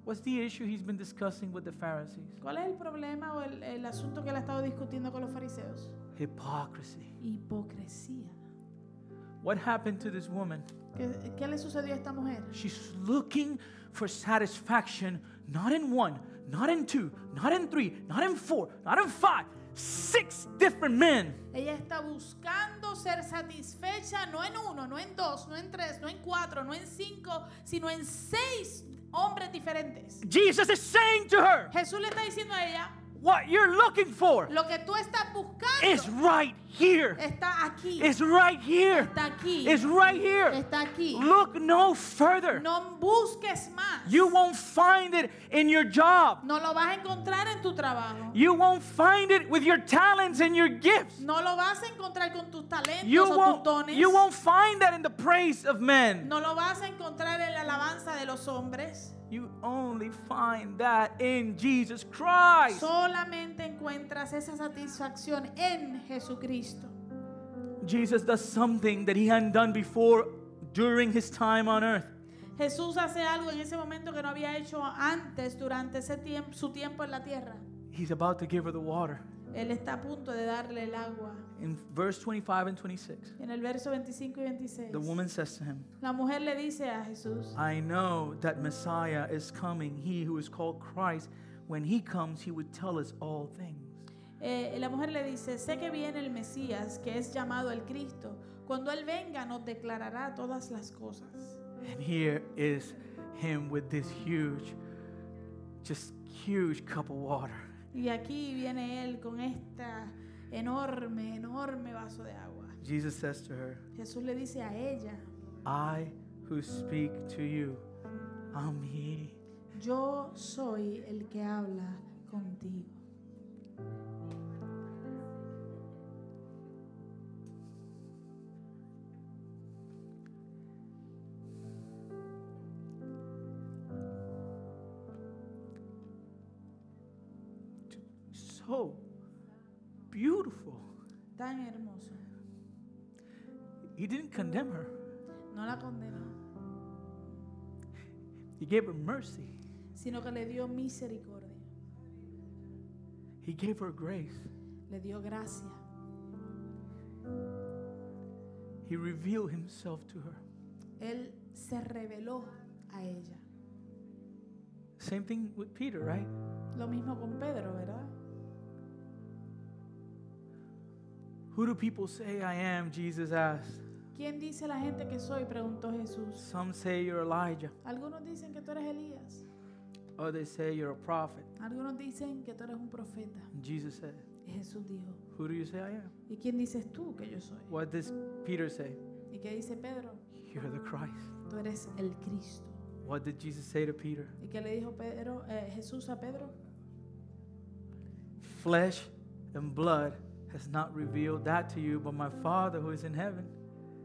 [SPEAKER 1] What's the issue he's been discussing with the Pharisees?
[SPEAKER 2] ¿Cuál es el problema o el, el asunto que él ha estado discutiendo con los fariseos?
[SPEAKER 1] Hypocrisy.
[SPEAKER 2] Hipocresía.
[SPEAKER 1] What happened to this woman?
[SPEAKER 2] ¿Qué, qué le sucedió a esta mujer?
[SPEAKER 1] She's looking for satisfaction not in one, not in two, not in three, not in four, not in five, six different men.
[SPEAKER 2] Ella está buscando ser satisfecha no en uno, no en dos, no en tres, no en cuatro, no en cinco, sino en seis hombres diferentes.
[SPEAKER 1] Jesus is saying to her,
[SPEAKER 2] Jesús le está diciendo a ella,
[SPEAKER 1] What you're looking for
[SPEAKER 2] lo que tú estás
[SPEAKER 1] is
[SPEAKER 2] buscando
[SPEAKER 1] right here,
[SPEAKER 2] está aquí,
[SPEAKER 1] is right here,
[SPEAKER 2] está aquí,
[SPEAKER 1] is right here.
[SPEAKER 2] está aquí.
[SPEAKER 1] Look no further.
[SPEAKER 2] No busques más.
[SPEAKER 1] You won't find it in your job.
[SPEAKER 2] No lo vas a encontrar en tu trabajo.
[SPEAKER 1] You won't find it with your talents and your gifts.
[SPEAKER 2] No lo vas a encontrar con tus talentos
[SPEAKER 1] You
[SPEAKER 2] o tus
[SPEAKER 1] won't,
[SPEAKER 2] dones.
[SPEAKER 1] you won't find that in the praise of men.
[SPEAKER 2] No lo vas a encontrar en la alabanza de los hombres.
[SPEAKER 1] You only find that in Jesus Christ.
[SPEAKER 2] Solamente encuentras esa satisfacción en Jesucristo.
[SPEAKER 1] Jesus does something that he hadn't done before during his time on earth.
[SPEAKER 2] Jesús hace algo en ese momento que no había hecho antes durante ese tiempo, su tiempo en la tierra.
[SPEAKER 1] He's about to give her the water.
[SPEAKER 2] Él está a punto de darle el agua.
[SPEAKER 1] In verse 25 and 26,
[SPEAKER 2] En el verso 25 y 26.
[SPEAKER 1] the woman says to him,
[SPEAKER 2] La mujer le dice a Jesús,
[SPEAKER 1] I know that Messiah is coming, he who is called Christ. When he comes, he would tell us all things.
[SPEAKER 2] eh, la mujer le dice, sé que viene el Mesías, que es llamado el Cristo. Cuando Él venga nos declarará todas las cosas.
[SPEAKER 1] And here is him with this huge, just huge cup of water.
[SPEAKER 2] Y aquí viene él con esta enorme, enorme vaso de agua.
[SPEAKER 1] Jesus says to her,
[SPEAKER 2] Jesús le dice a ella,
[SPEAKER 1] I who speak to you, I'm he.
[SPEAKER 2] yo soy el que habla contigo.
[SPEAKER 1] So beautiful.
[SPEAKER 2] Tan hermoso.
[SPEAKER 1] He didn't condemn her,
[SPEAKER 2] No la condenó,
[SPEAKER 1] he gave her mercy,
[SPEAKER 2] sino que le dio misericordia,
[SPEAKER 1] he gave her grace.
[SPEAKER 2] le dio gracia.
[SPEAKER 1] He revealed himself to her.
[SPEAKER 2] Él se reveló a ella.
[SPEAKER 1] Same thing with Peter, right?
[SPEAKER 2] Lo mismo con Pedro, ¿verdad?
[SPEAKER 1] Who do people say I am? Jesus asked.
[SPEAKER 2] ¿Quién dice la gente que soy? preguntó Jesús.
[SPEAKER 1] Some say you're Elijah,
[SPEAKER 2] Algunos dicen que tú eres Elías,
[SPEAKER 1] others say you're a prophet.
[SPEAKER 2] algunos dicen que tú eres un profeta.
[SPEAKER 1] And Jesus said,
[SPEAKER 2] Y Jesús dijo,
[SPEAKER 1] Who do you say I am?
[SPEAKER 2] ¿Y quién dices tú que yo soy?
[SPEAKER 1] What does Peter say?
[SPEAKER 2] ¿Y qué dice Pedro?
[SPEAKER 1] You're the Christ.
[SPEAKER 2] Tú eres el Cristo.
[SPEAKER 1] What did Jesus say to Peter?
[SPEAKER 2] ¿Y qué le dijo Pedro, eh, Jesús a Pedro?
[SPEAKER 1] Flesh and blood has not revealed that to you, but my Father who is in heaven.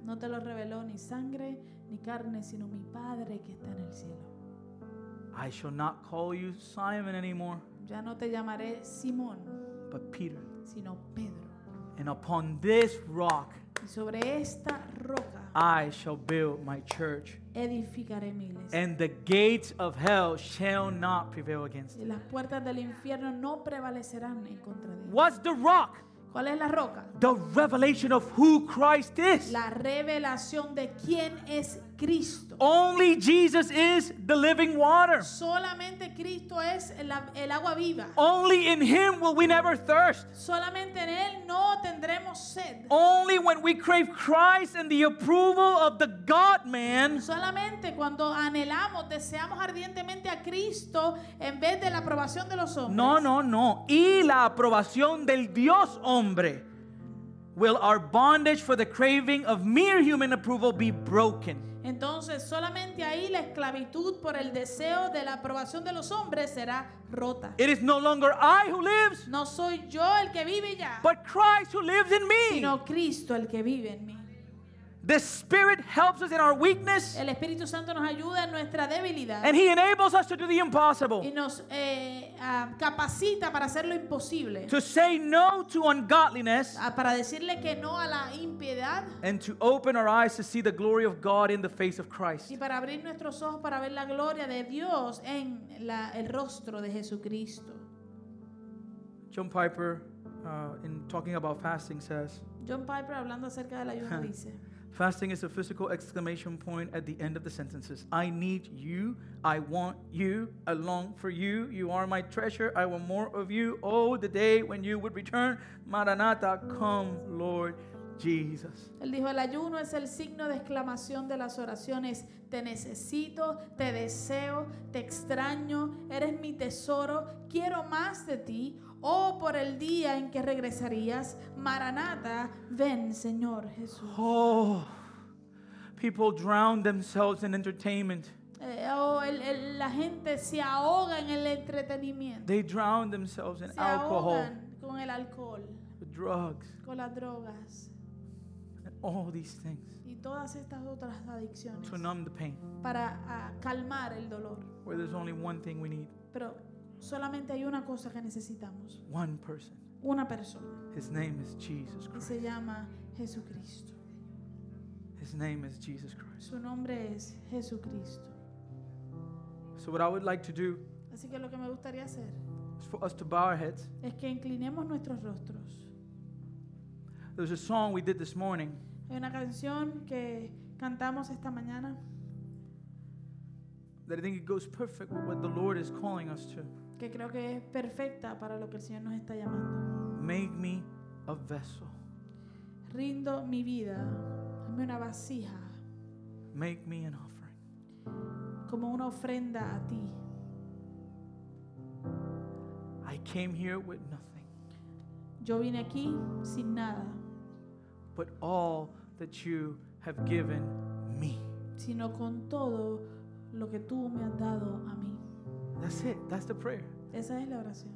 [SPEAKER 2] No te lo reveló ni sangre ni carne, sino mi Padre que está en el cielo.
[SPEAKER 1] I shall not call you Simon anymore,
[SPEAKER 2] Ya no te llamaré Simón,
[SPEAKER 1] but Peter.
[SPEAKER 2] sino Pedro.
[SPEAKER 1] And upon this rock
[SPEAKER 2] Y sobre esta roca
[SPEAKER 1] I shall build my church,
[SPEAKER 2] edificaré mi iglesia.
[SPEAKER 1] and the gates of hell shall not prevail against
[SPEAKER 2] Y
[SPEAKER 1] it.
[SPEAKER 2] las puertas del infierno no prevalecerán en contra de él.
[SPEAKER 1] What's the rock?
[SPEAKER 2] ¿Cuál es la roca?
[SPEAKER 1] The revelation of who Christ is.
[SPEAKER 2] La revelación de quién es Cristo.
[SPEAKER 1] Only Jesus is the living water.
[SPEAKER 2] Solamente Cristo es el, a- el agua viva.
[SPEAKER 1] Only in Him will we never thirst.
[SPEAKER 2] Solamente en Él no tendremos sed.
[SPEAKER 1] Only when we crave Christ and the approval of the God man
[SPEAKER 2] Solamente cuando anhelamos, deseamos ardientemente a Cristo en vez de la aprobación de los hombres.
[SPEAKER 1] No, no, no. Y la aprobación del Dios hombre. Will our bondage for the craving of mere human approval be broken?
[SPEAKER 2] Entonces, solamente ahí la esclavitud por el deseo de la aprobación de los hombres será rota.
[SPEAKER 1] It is no longer I who lives,
[SPEAKER 2] No soy yo el que vive ya,
[SPEAKER 1] but Christ who lives in me.
[SPEAKER 2] sino Cristo el que vive en mí.
[SPEAKER 1] The Spirit helps us in our weakness,
[SPEAKER 2] El Espíritu Santo nos ayuda en nuestra debilidad
[SPEAKER 1] and He enables us to do the
[SPEAKER 2] y
[SPEAKER 1] impossible,
[SPEAKER 2] nos eh, ah, capacita para hacer lo imposible,
[SPEAKER 1] to say no to ungodliness,
[SPEAKER 2] ah, para decirle que no a la impiedad
[SPEAKER 1] and to open our eyes to see the glory of God in the face of Christ.
[SPEAKER 2] y para abrir nuestros ojos para ver la gloria de Dios en la- el rostro de Jesucristo.
[SPEAKER 1] John Piper, uh, in talking about fasting, says,
[SPEAKER 2] John Piper hablando acerca del ayuno dice.
[SPEAKER 1] Fasting is a physical exclamation point at the end of the sentences. I need you. I want you. I long for you. You are my treasure. I want more of you. Oh, the day when you would return. Maranatha, come, Lord Jesus.
[SPEAKER 2] Él dijo, el ayuno es el signo de exclamación de las oraciones. Te necesito, te deseo, te extraño, eres mi tesoro, quiero más de ti. Oh, por el día en que regresarías, Maranata, ven Señor Jesús.
[SPEAKER 1] Oh, people drown themselves in entertainment,
[SPEAKER 2] Eh, oh, el- el- la gente se ahoga en el entretenimiento.
[SPEAKER 1] they drown themselves in
[SPEAKER 2] Se
[SPEAKER 1] alcohol,
[SPEAKER 2] ahogan con el alcohol,
[SPEAKER 1] drugs,
[SPEAKER 2] con las drogas
[SPEAKER 1] and all these things
[SPEAKER 2] y todas estas otras adicciones
[SPEAKER 1] to numb the pain
[SPEAKER 2] para ah, calmar el dolor.
[SPEAKER 1] where there's only one thing we need
[SPEAKER 2] Pero solamente hay una cosa que necesitamos,
[SPEAKER 1] one person.
[SPEAKER 2] una persona,
[SPEAKER 1] His name is Jesus
[SPEAKER 2] y
[SPEAKER 1] Christ.
[SPEAKER 2] se llama Jesucristo.
[SPEAKER 1] His name is Jesus Christ.
[SPEAKER 2] Su nombre es Jesucristo.
[SPEAKER 1] So, what I would like to do
[SPEAKER 2] Así que lo que me gustaría hacer
[SPEAKER 1] is for us to bow our heads.
[SPEAKER 2] es que inclinemos nuestros rostros.
[SPEAKER 1] There's a song we did this morning,
[SPEAKER 2] Hay una canción que cantamos esta mañana
[SPEAKER 1] that I think it goes perfect with what the Lord is calling us to.
[SPEAKER 2] que creo que es perfecta para lo que el Señor nos está llamando.
[SPEAKER 1] Make me a vessel.
[SPEAKER 2] Rindo mi vida, dame una vasija
[SPEAKER 1] Make me an offering.
[SPEAKER 2] como una ofrenda a ti.
[SPEAKER 1] I came here with nothing,
[SPEAKER 2] Yo vine aquí sin nada,
[SPEAKER 1] but all that you have given me.
[SPEAKER 2] sino con todo lo que tú me has dado a mí.
[SPEAKER 1] That's it. That's the prayer.
[SPEAKER 2] Esa es la oración.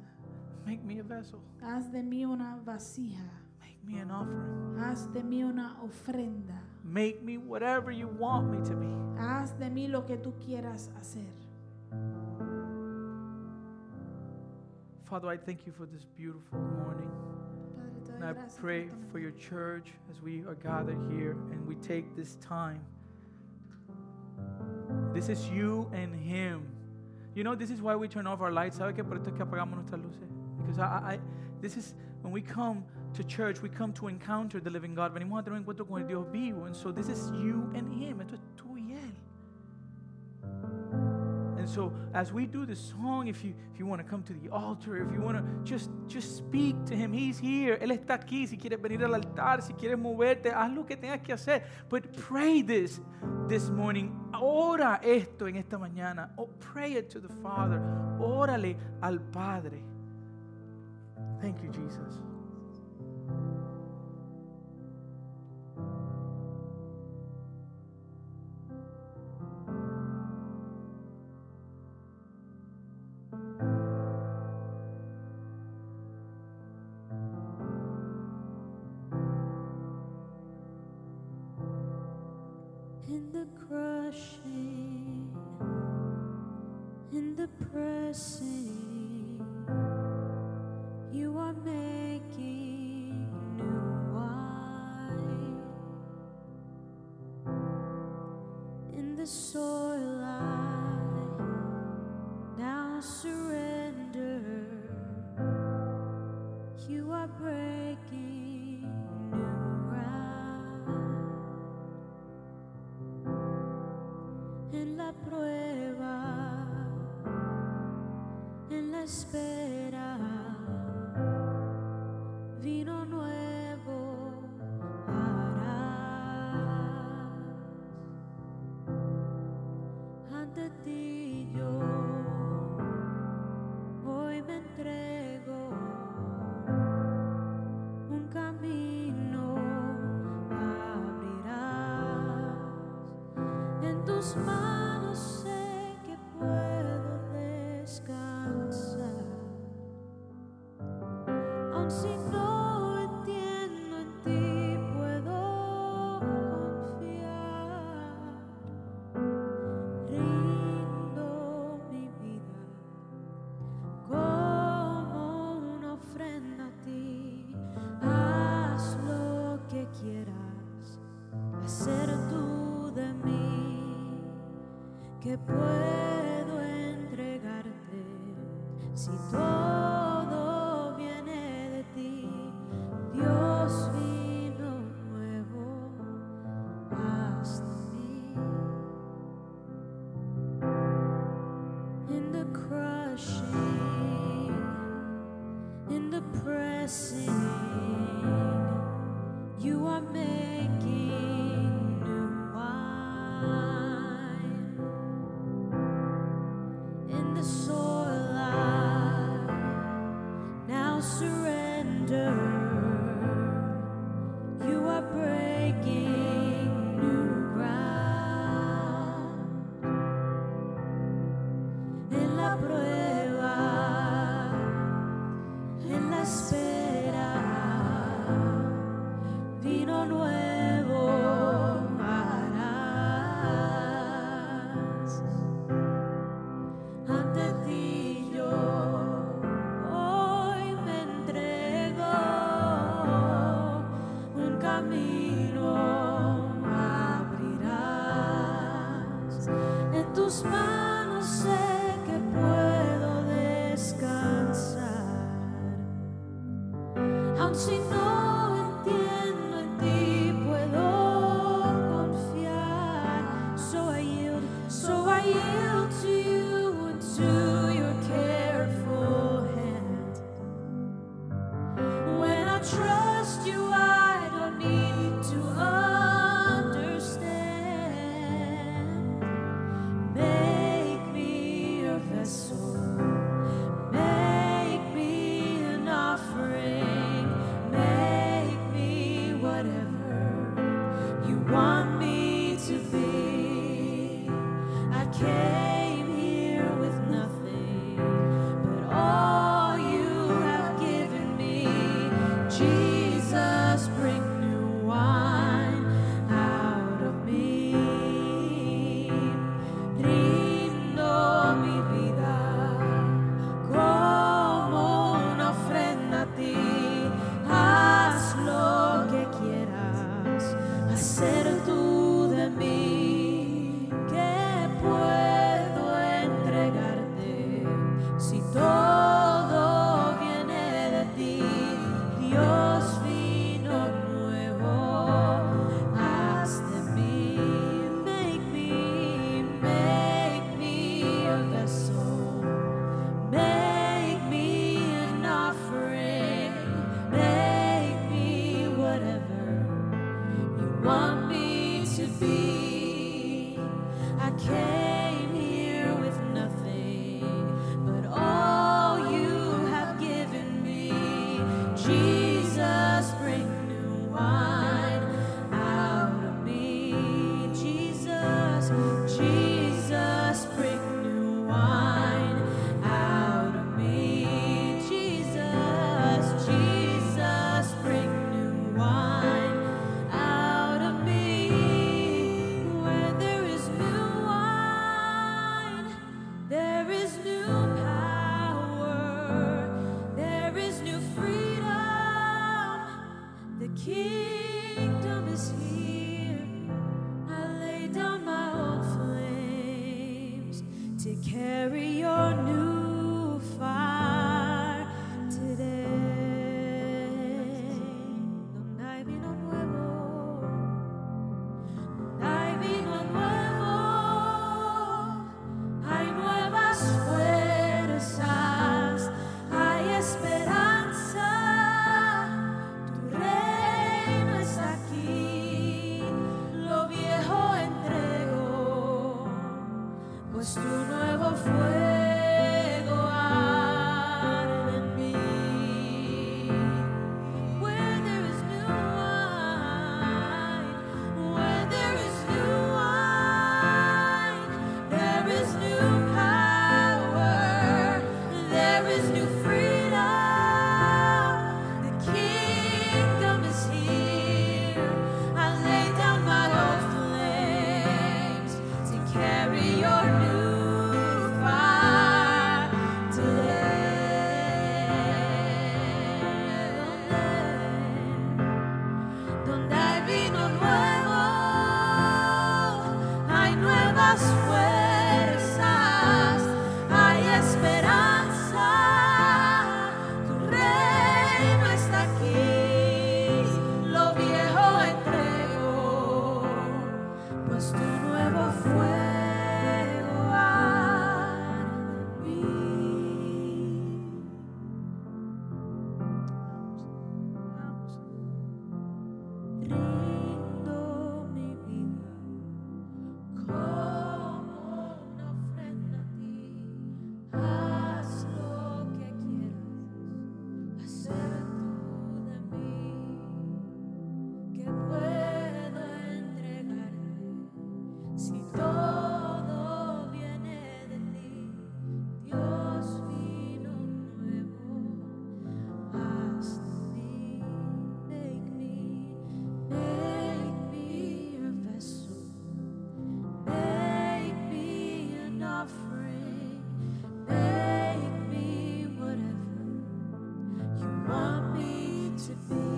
[SPEAKER 1] Make me a vessel.
[SPEAKER 2] Haz de mí una vasija.
[SPEAKER 1] Make me an offering.
[SPEAKER 2] Haz de mí una ofrenda.
[SPEAKER 1] Make me whatever you want me to be.
[SPEAKER 2] Haz de mí lo que tú quieras hacer.
[SPEAKER 1] Father, I thank you for this beautiful morning.
[SPEAKER 2] Padre, te doy
[SPEAKER 1] And I
[SPEAKER 2] gracias por
[SPEAKER 1] pray
[SPEAKER 2] esta
[SPEAKER 1] for your
[SPEAKER 2] mañana.
[SPEAKER 1] church as we are gathered here and we take this time. This is you and Him. You know, this is why we turn off our lights. ¿Sabe que por esto es que apagamos nuestras luces? Because I, I, I- this is when we come to church, we come to encounter the living God. Venimos a tener un encuentro con el Dios vivo. And so this is you and Him. Esto es tú y Él. And so as we do this song, if you if you want to come to the altar, if you want to just just speak to him, he's here. Él está aquí. Si quieres venir al altar, si quieres moverte, haz lo que tengas que hacer. But pray this this morning. Ora esto en esta mañana. Oh, pray it to the Father. Órale al Padre. Thank you, Jesus.
[SPEAKER 3] in the crushing, in the pressing, you are making new wine. In the soil, I now surrender. You are breaking new ground. En la prueba, en la espera, vino nuevo harás. Ante ti yo voy, me entrego un camino abrirás. En tus manos sé que puedo descansar. Aun si no entiendo en ti, puedo confiar. Rindo mi vida como una ofrenda a ti. Haz lo que quieras hacer tú de mí, que puedo entregarte si todo viene de ti. Dios vino nuevo hasta mí. in the crushing, in the pressing, you are making new wine. In the soil, I now surrender. You are breaking new ground en la prueba, en la espera, vino nuevo harás. Ante ti yo hoy me entrego, un camino abrirás. En tus manos sé que puedo descansar. Aun si no entiendo en ti, puedo confiar. So I yield, so I yield to you and to your careful hand. When I trust you, I don't need to understand. Make me your vessel. Make me an offering. Make me whatever you want me to be. I came here with nothing, but all you have given me, Jesus, bring new wine out of me. Rindo mi vida como una ofrenda a ti. Haz lo que quieras hacer tú de mí, que puedo entregarte si todo viene de ti. Dios vino nuevo hasta mí. Make me, make me a vessel. Make me an offering. Make me whatever you want me to be. I came here with nothing, but all you have given me, Jesus, bring new wine out of me. Jesus, Jesus, bring new wine out of me. Jesus, Jesus, bring new wine out of me. When pues tu nuevo fuego arde en mí. Where there is new wine, where there is new wine, there is new power, there is new freedom. The kingdom is here. I lay down my old flames to carry your new fire today. Donde hay vino nuevo, hay nuevas fuerzas, hay esperanza. Tu reino está aquí, lo viejo entrego pues tu nuevo fuego arde en mí. Rindo mi vida como una ofrenda a ti. Haz lo que quieras, hacer tú de mí. Que puedo entregarte si todo viene de ti. Dios vino nuevo hasta mí. Make me, make me a vessel. Make me an offering. Make me whatever you want me to be.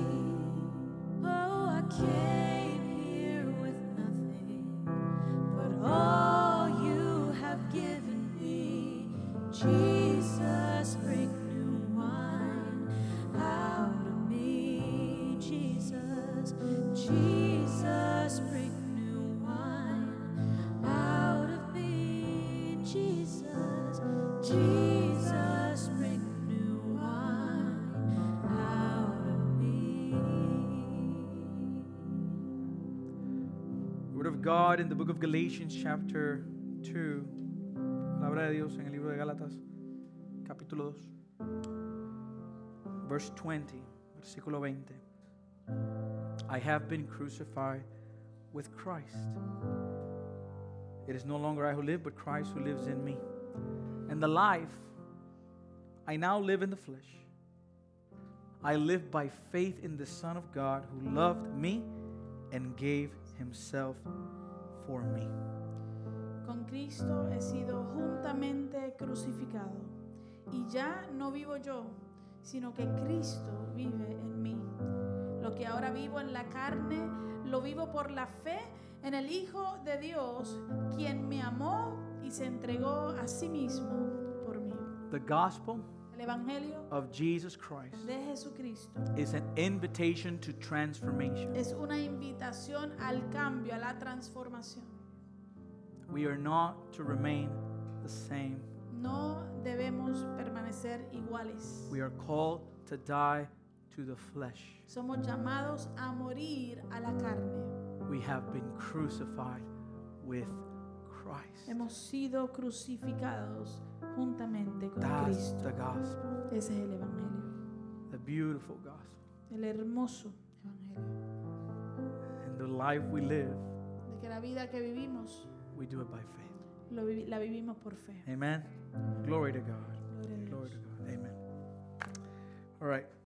[SPEAKER 3] Oh, I came here with nothing but all you have given me. Jesus, bring new wine out of me. Jesus, Jesus, bring new wine out of me. Jesus, Jesus, bring new wine out of me.
[SPEAKER 1] Word of God in the book of Galatians, chapter 2. Palabra de Dios en el libro de Gálatas, capítulo 2. Verse 20, versículo 20. I have been crucified with Christ. It is no longer I who live, but Christ who lives in me. And the life I now live in the flesh, I live by faith in the Son of God who loved me and gave himself for me.
[SPEAKER 2] Con Cristo he sido juntamente crucificado. Y ya no vivo yo, sino que Cristo vive en mí. Lo que ahora vivo en la carne, lo vivo por la fe en el Hijo de Dios, quien me amó y se entregó a sí mismo por mí.
[SPEAKER 1] The gospel
[SPEAKER 2] El Evangelio
[SPEAKER 1] of Jesus Christ
[SPEAKER 2] de Jesucristo
[SPEAKER 1] is an invitation to transformation.
[SPEAKER 2] es una invitación al cambio, a la transformación.
[SPEAKER 1] We are not to remain the same.
[SPEAKER 2] No debemos permanecer iguales.
[SPEAKER 1] We are called to die to the flesh.
[SPEAKER 2] Somos llamados a morir a la carne.
[SPEAKER 1] We have been crucified with Christ.
[SPEAKER 2] Hemos sido crucificados juntamente con
[SPEAKER 1] That's
[SPEAKER 2] Cristo.
[SPEAKER 1] the gospel,
[SPEAKER 2] Ese es el Evangelio,
[SPEAKER 1] the beautiful gospel.
[SPEAKER 2] el hermoso Evangelio.
[SPEAKER 1] And the life we live,
[SPEAKER 2] De que la vida que vivimos
[SPEAKER 1] we do it by faith.
[SPEAKER 2] lo vivi- la vivimos por fe.
[SPEAKER 1] Amen. Glory to God.
[SPEAKER 2] Gloria a Dios.
[SPEAKER 1] Glory to God. Amen. All right.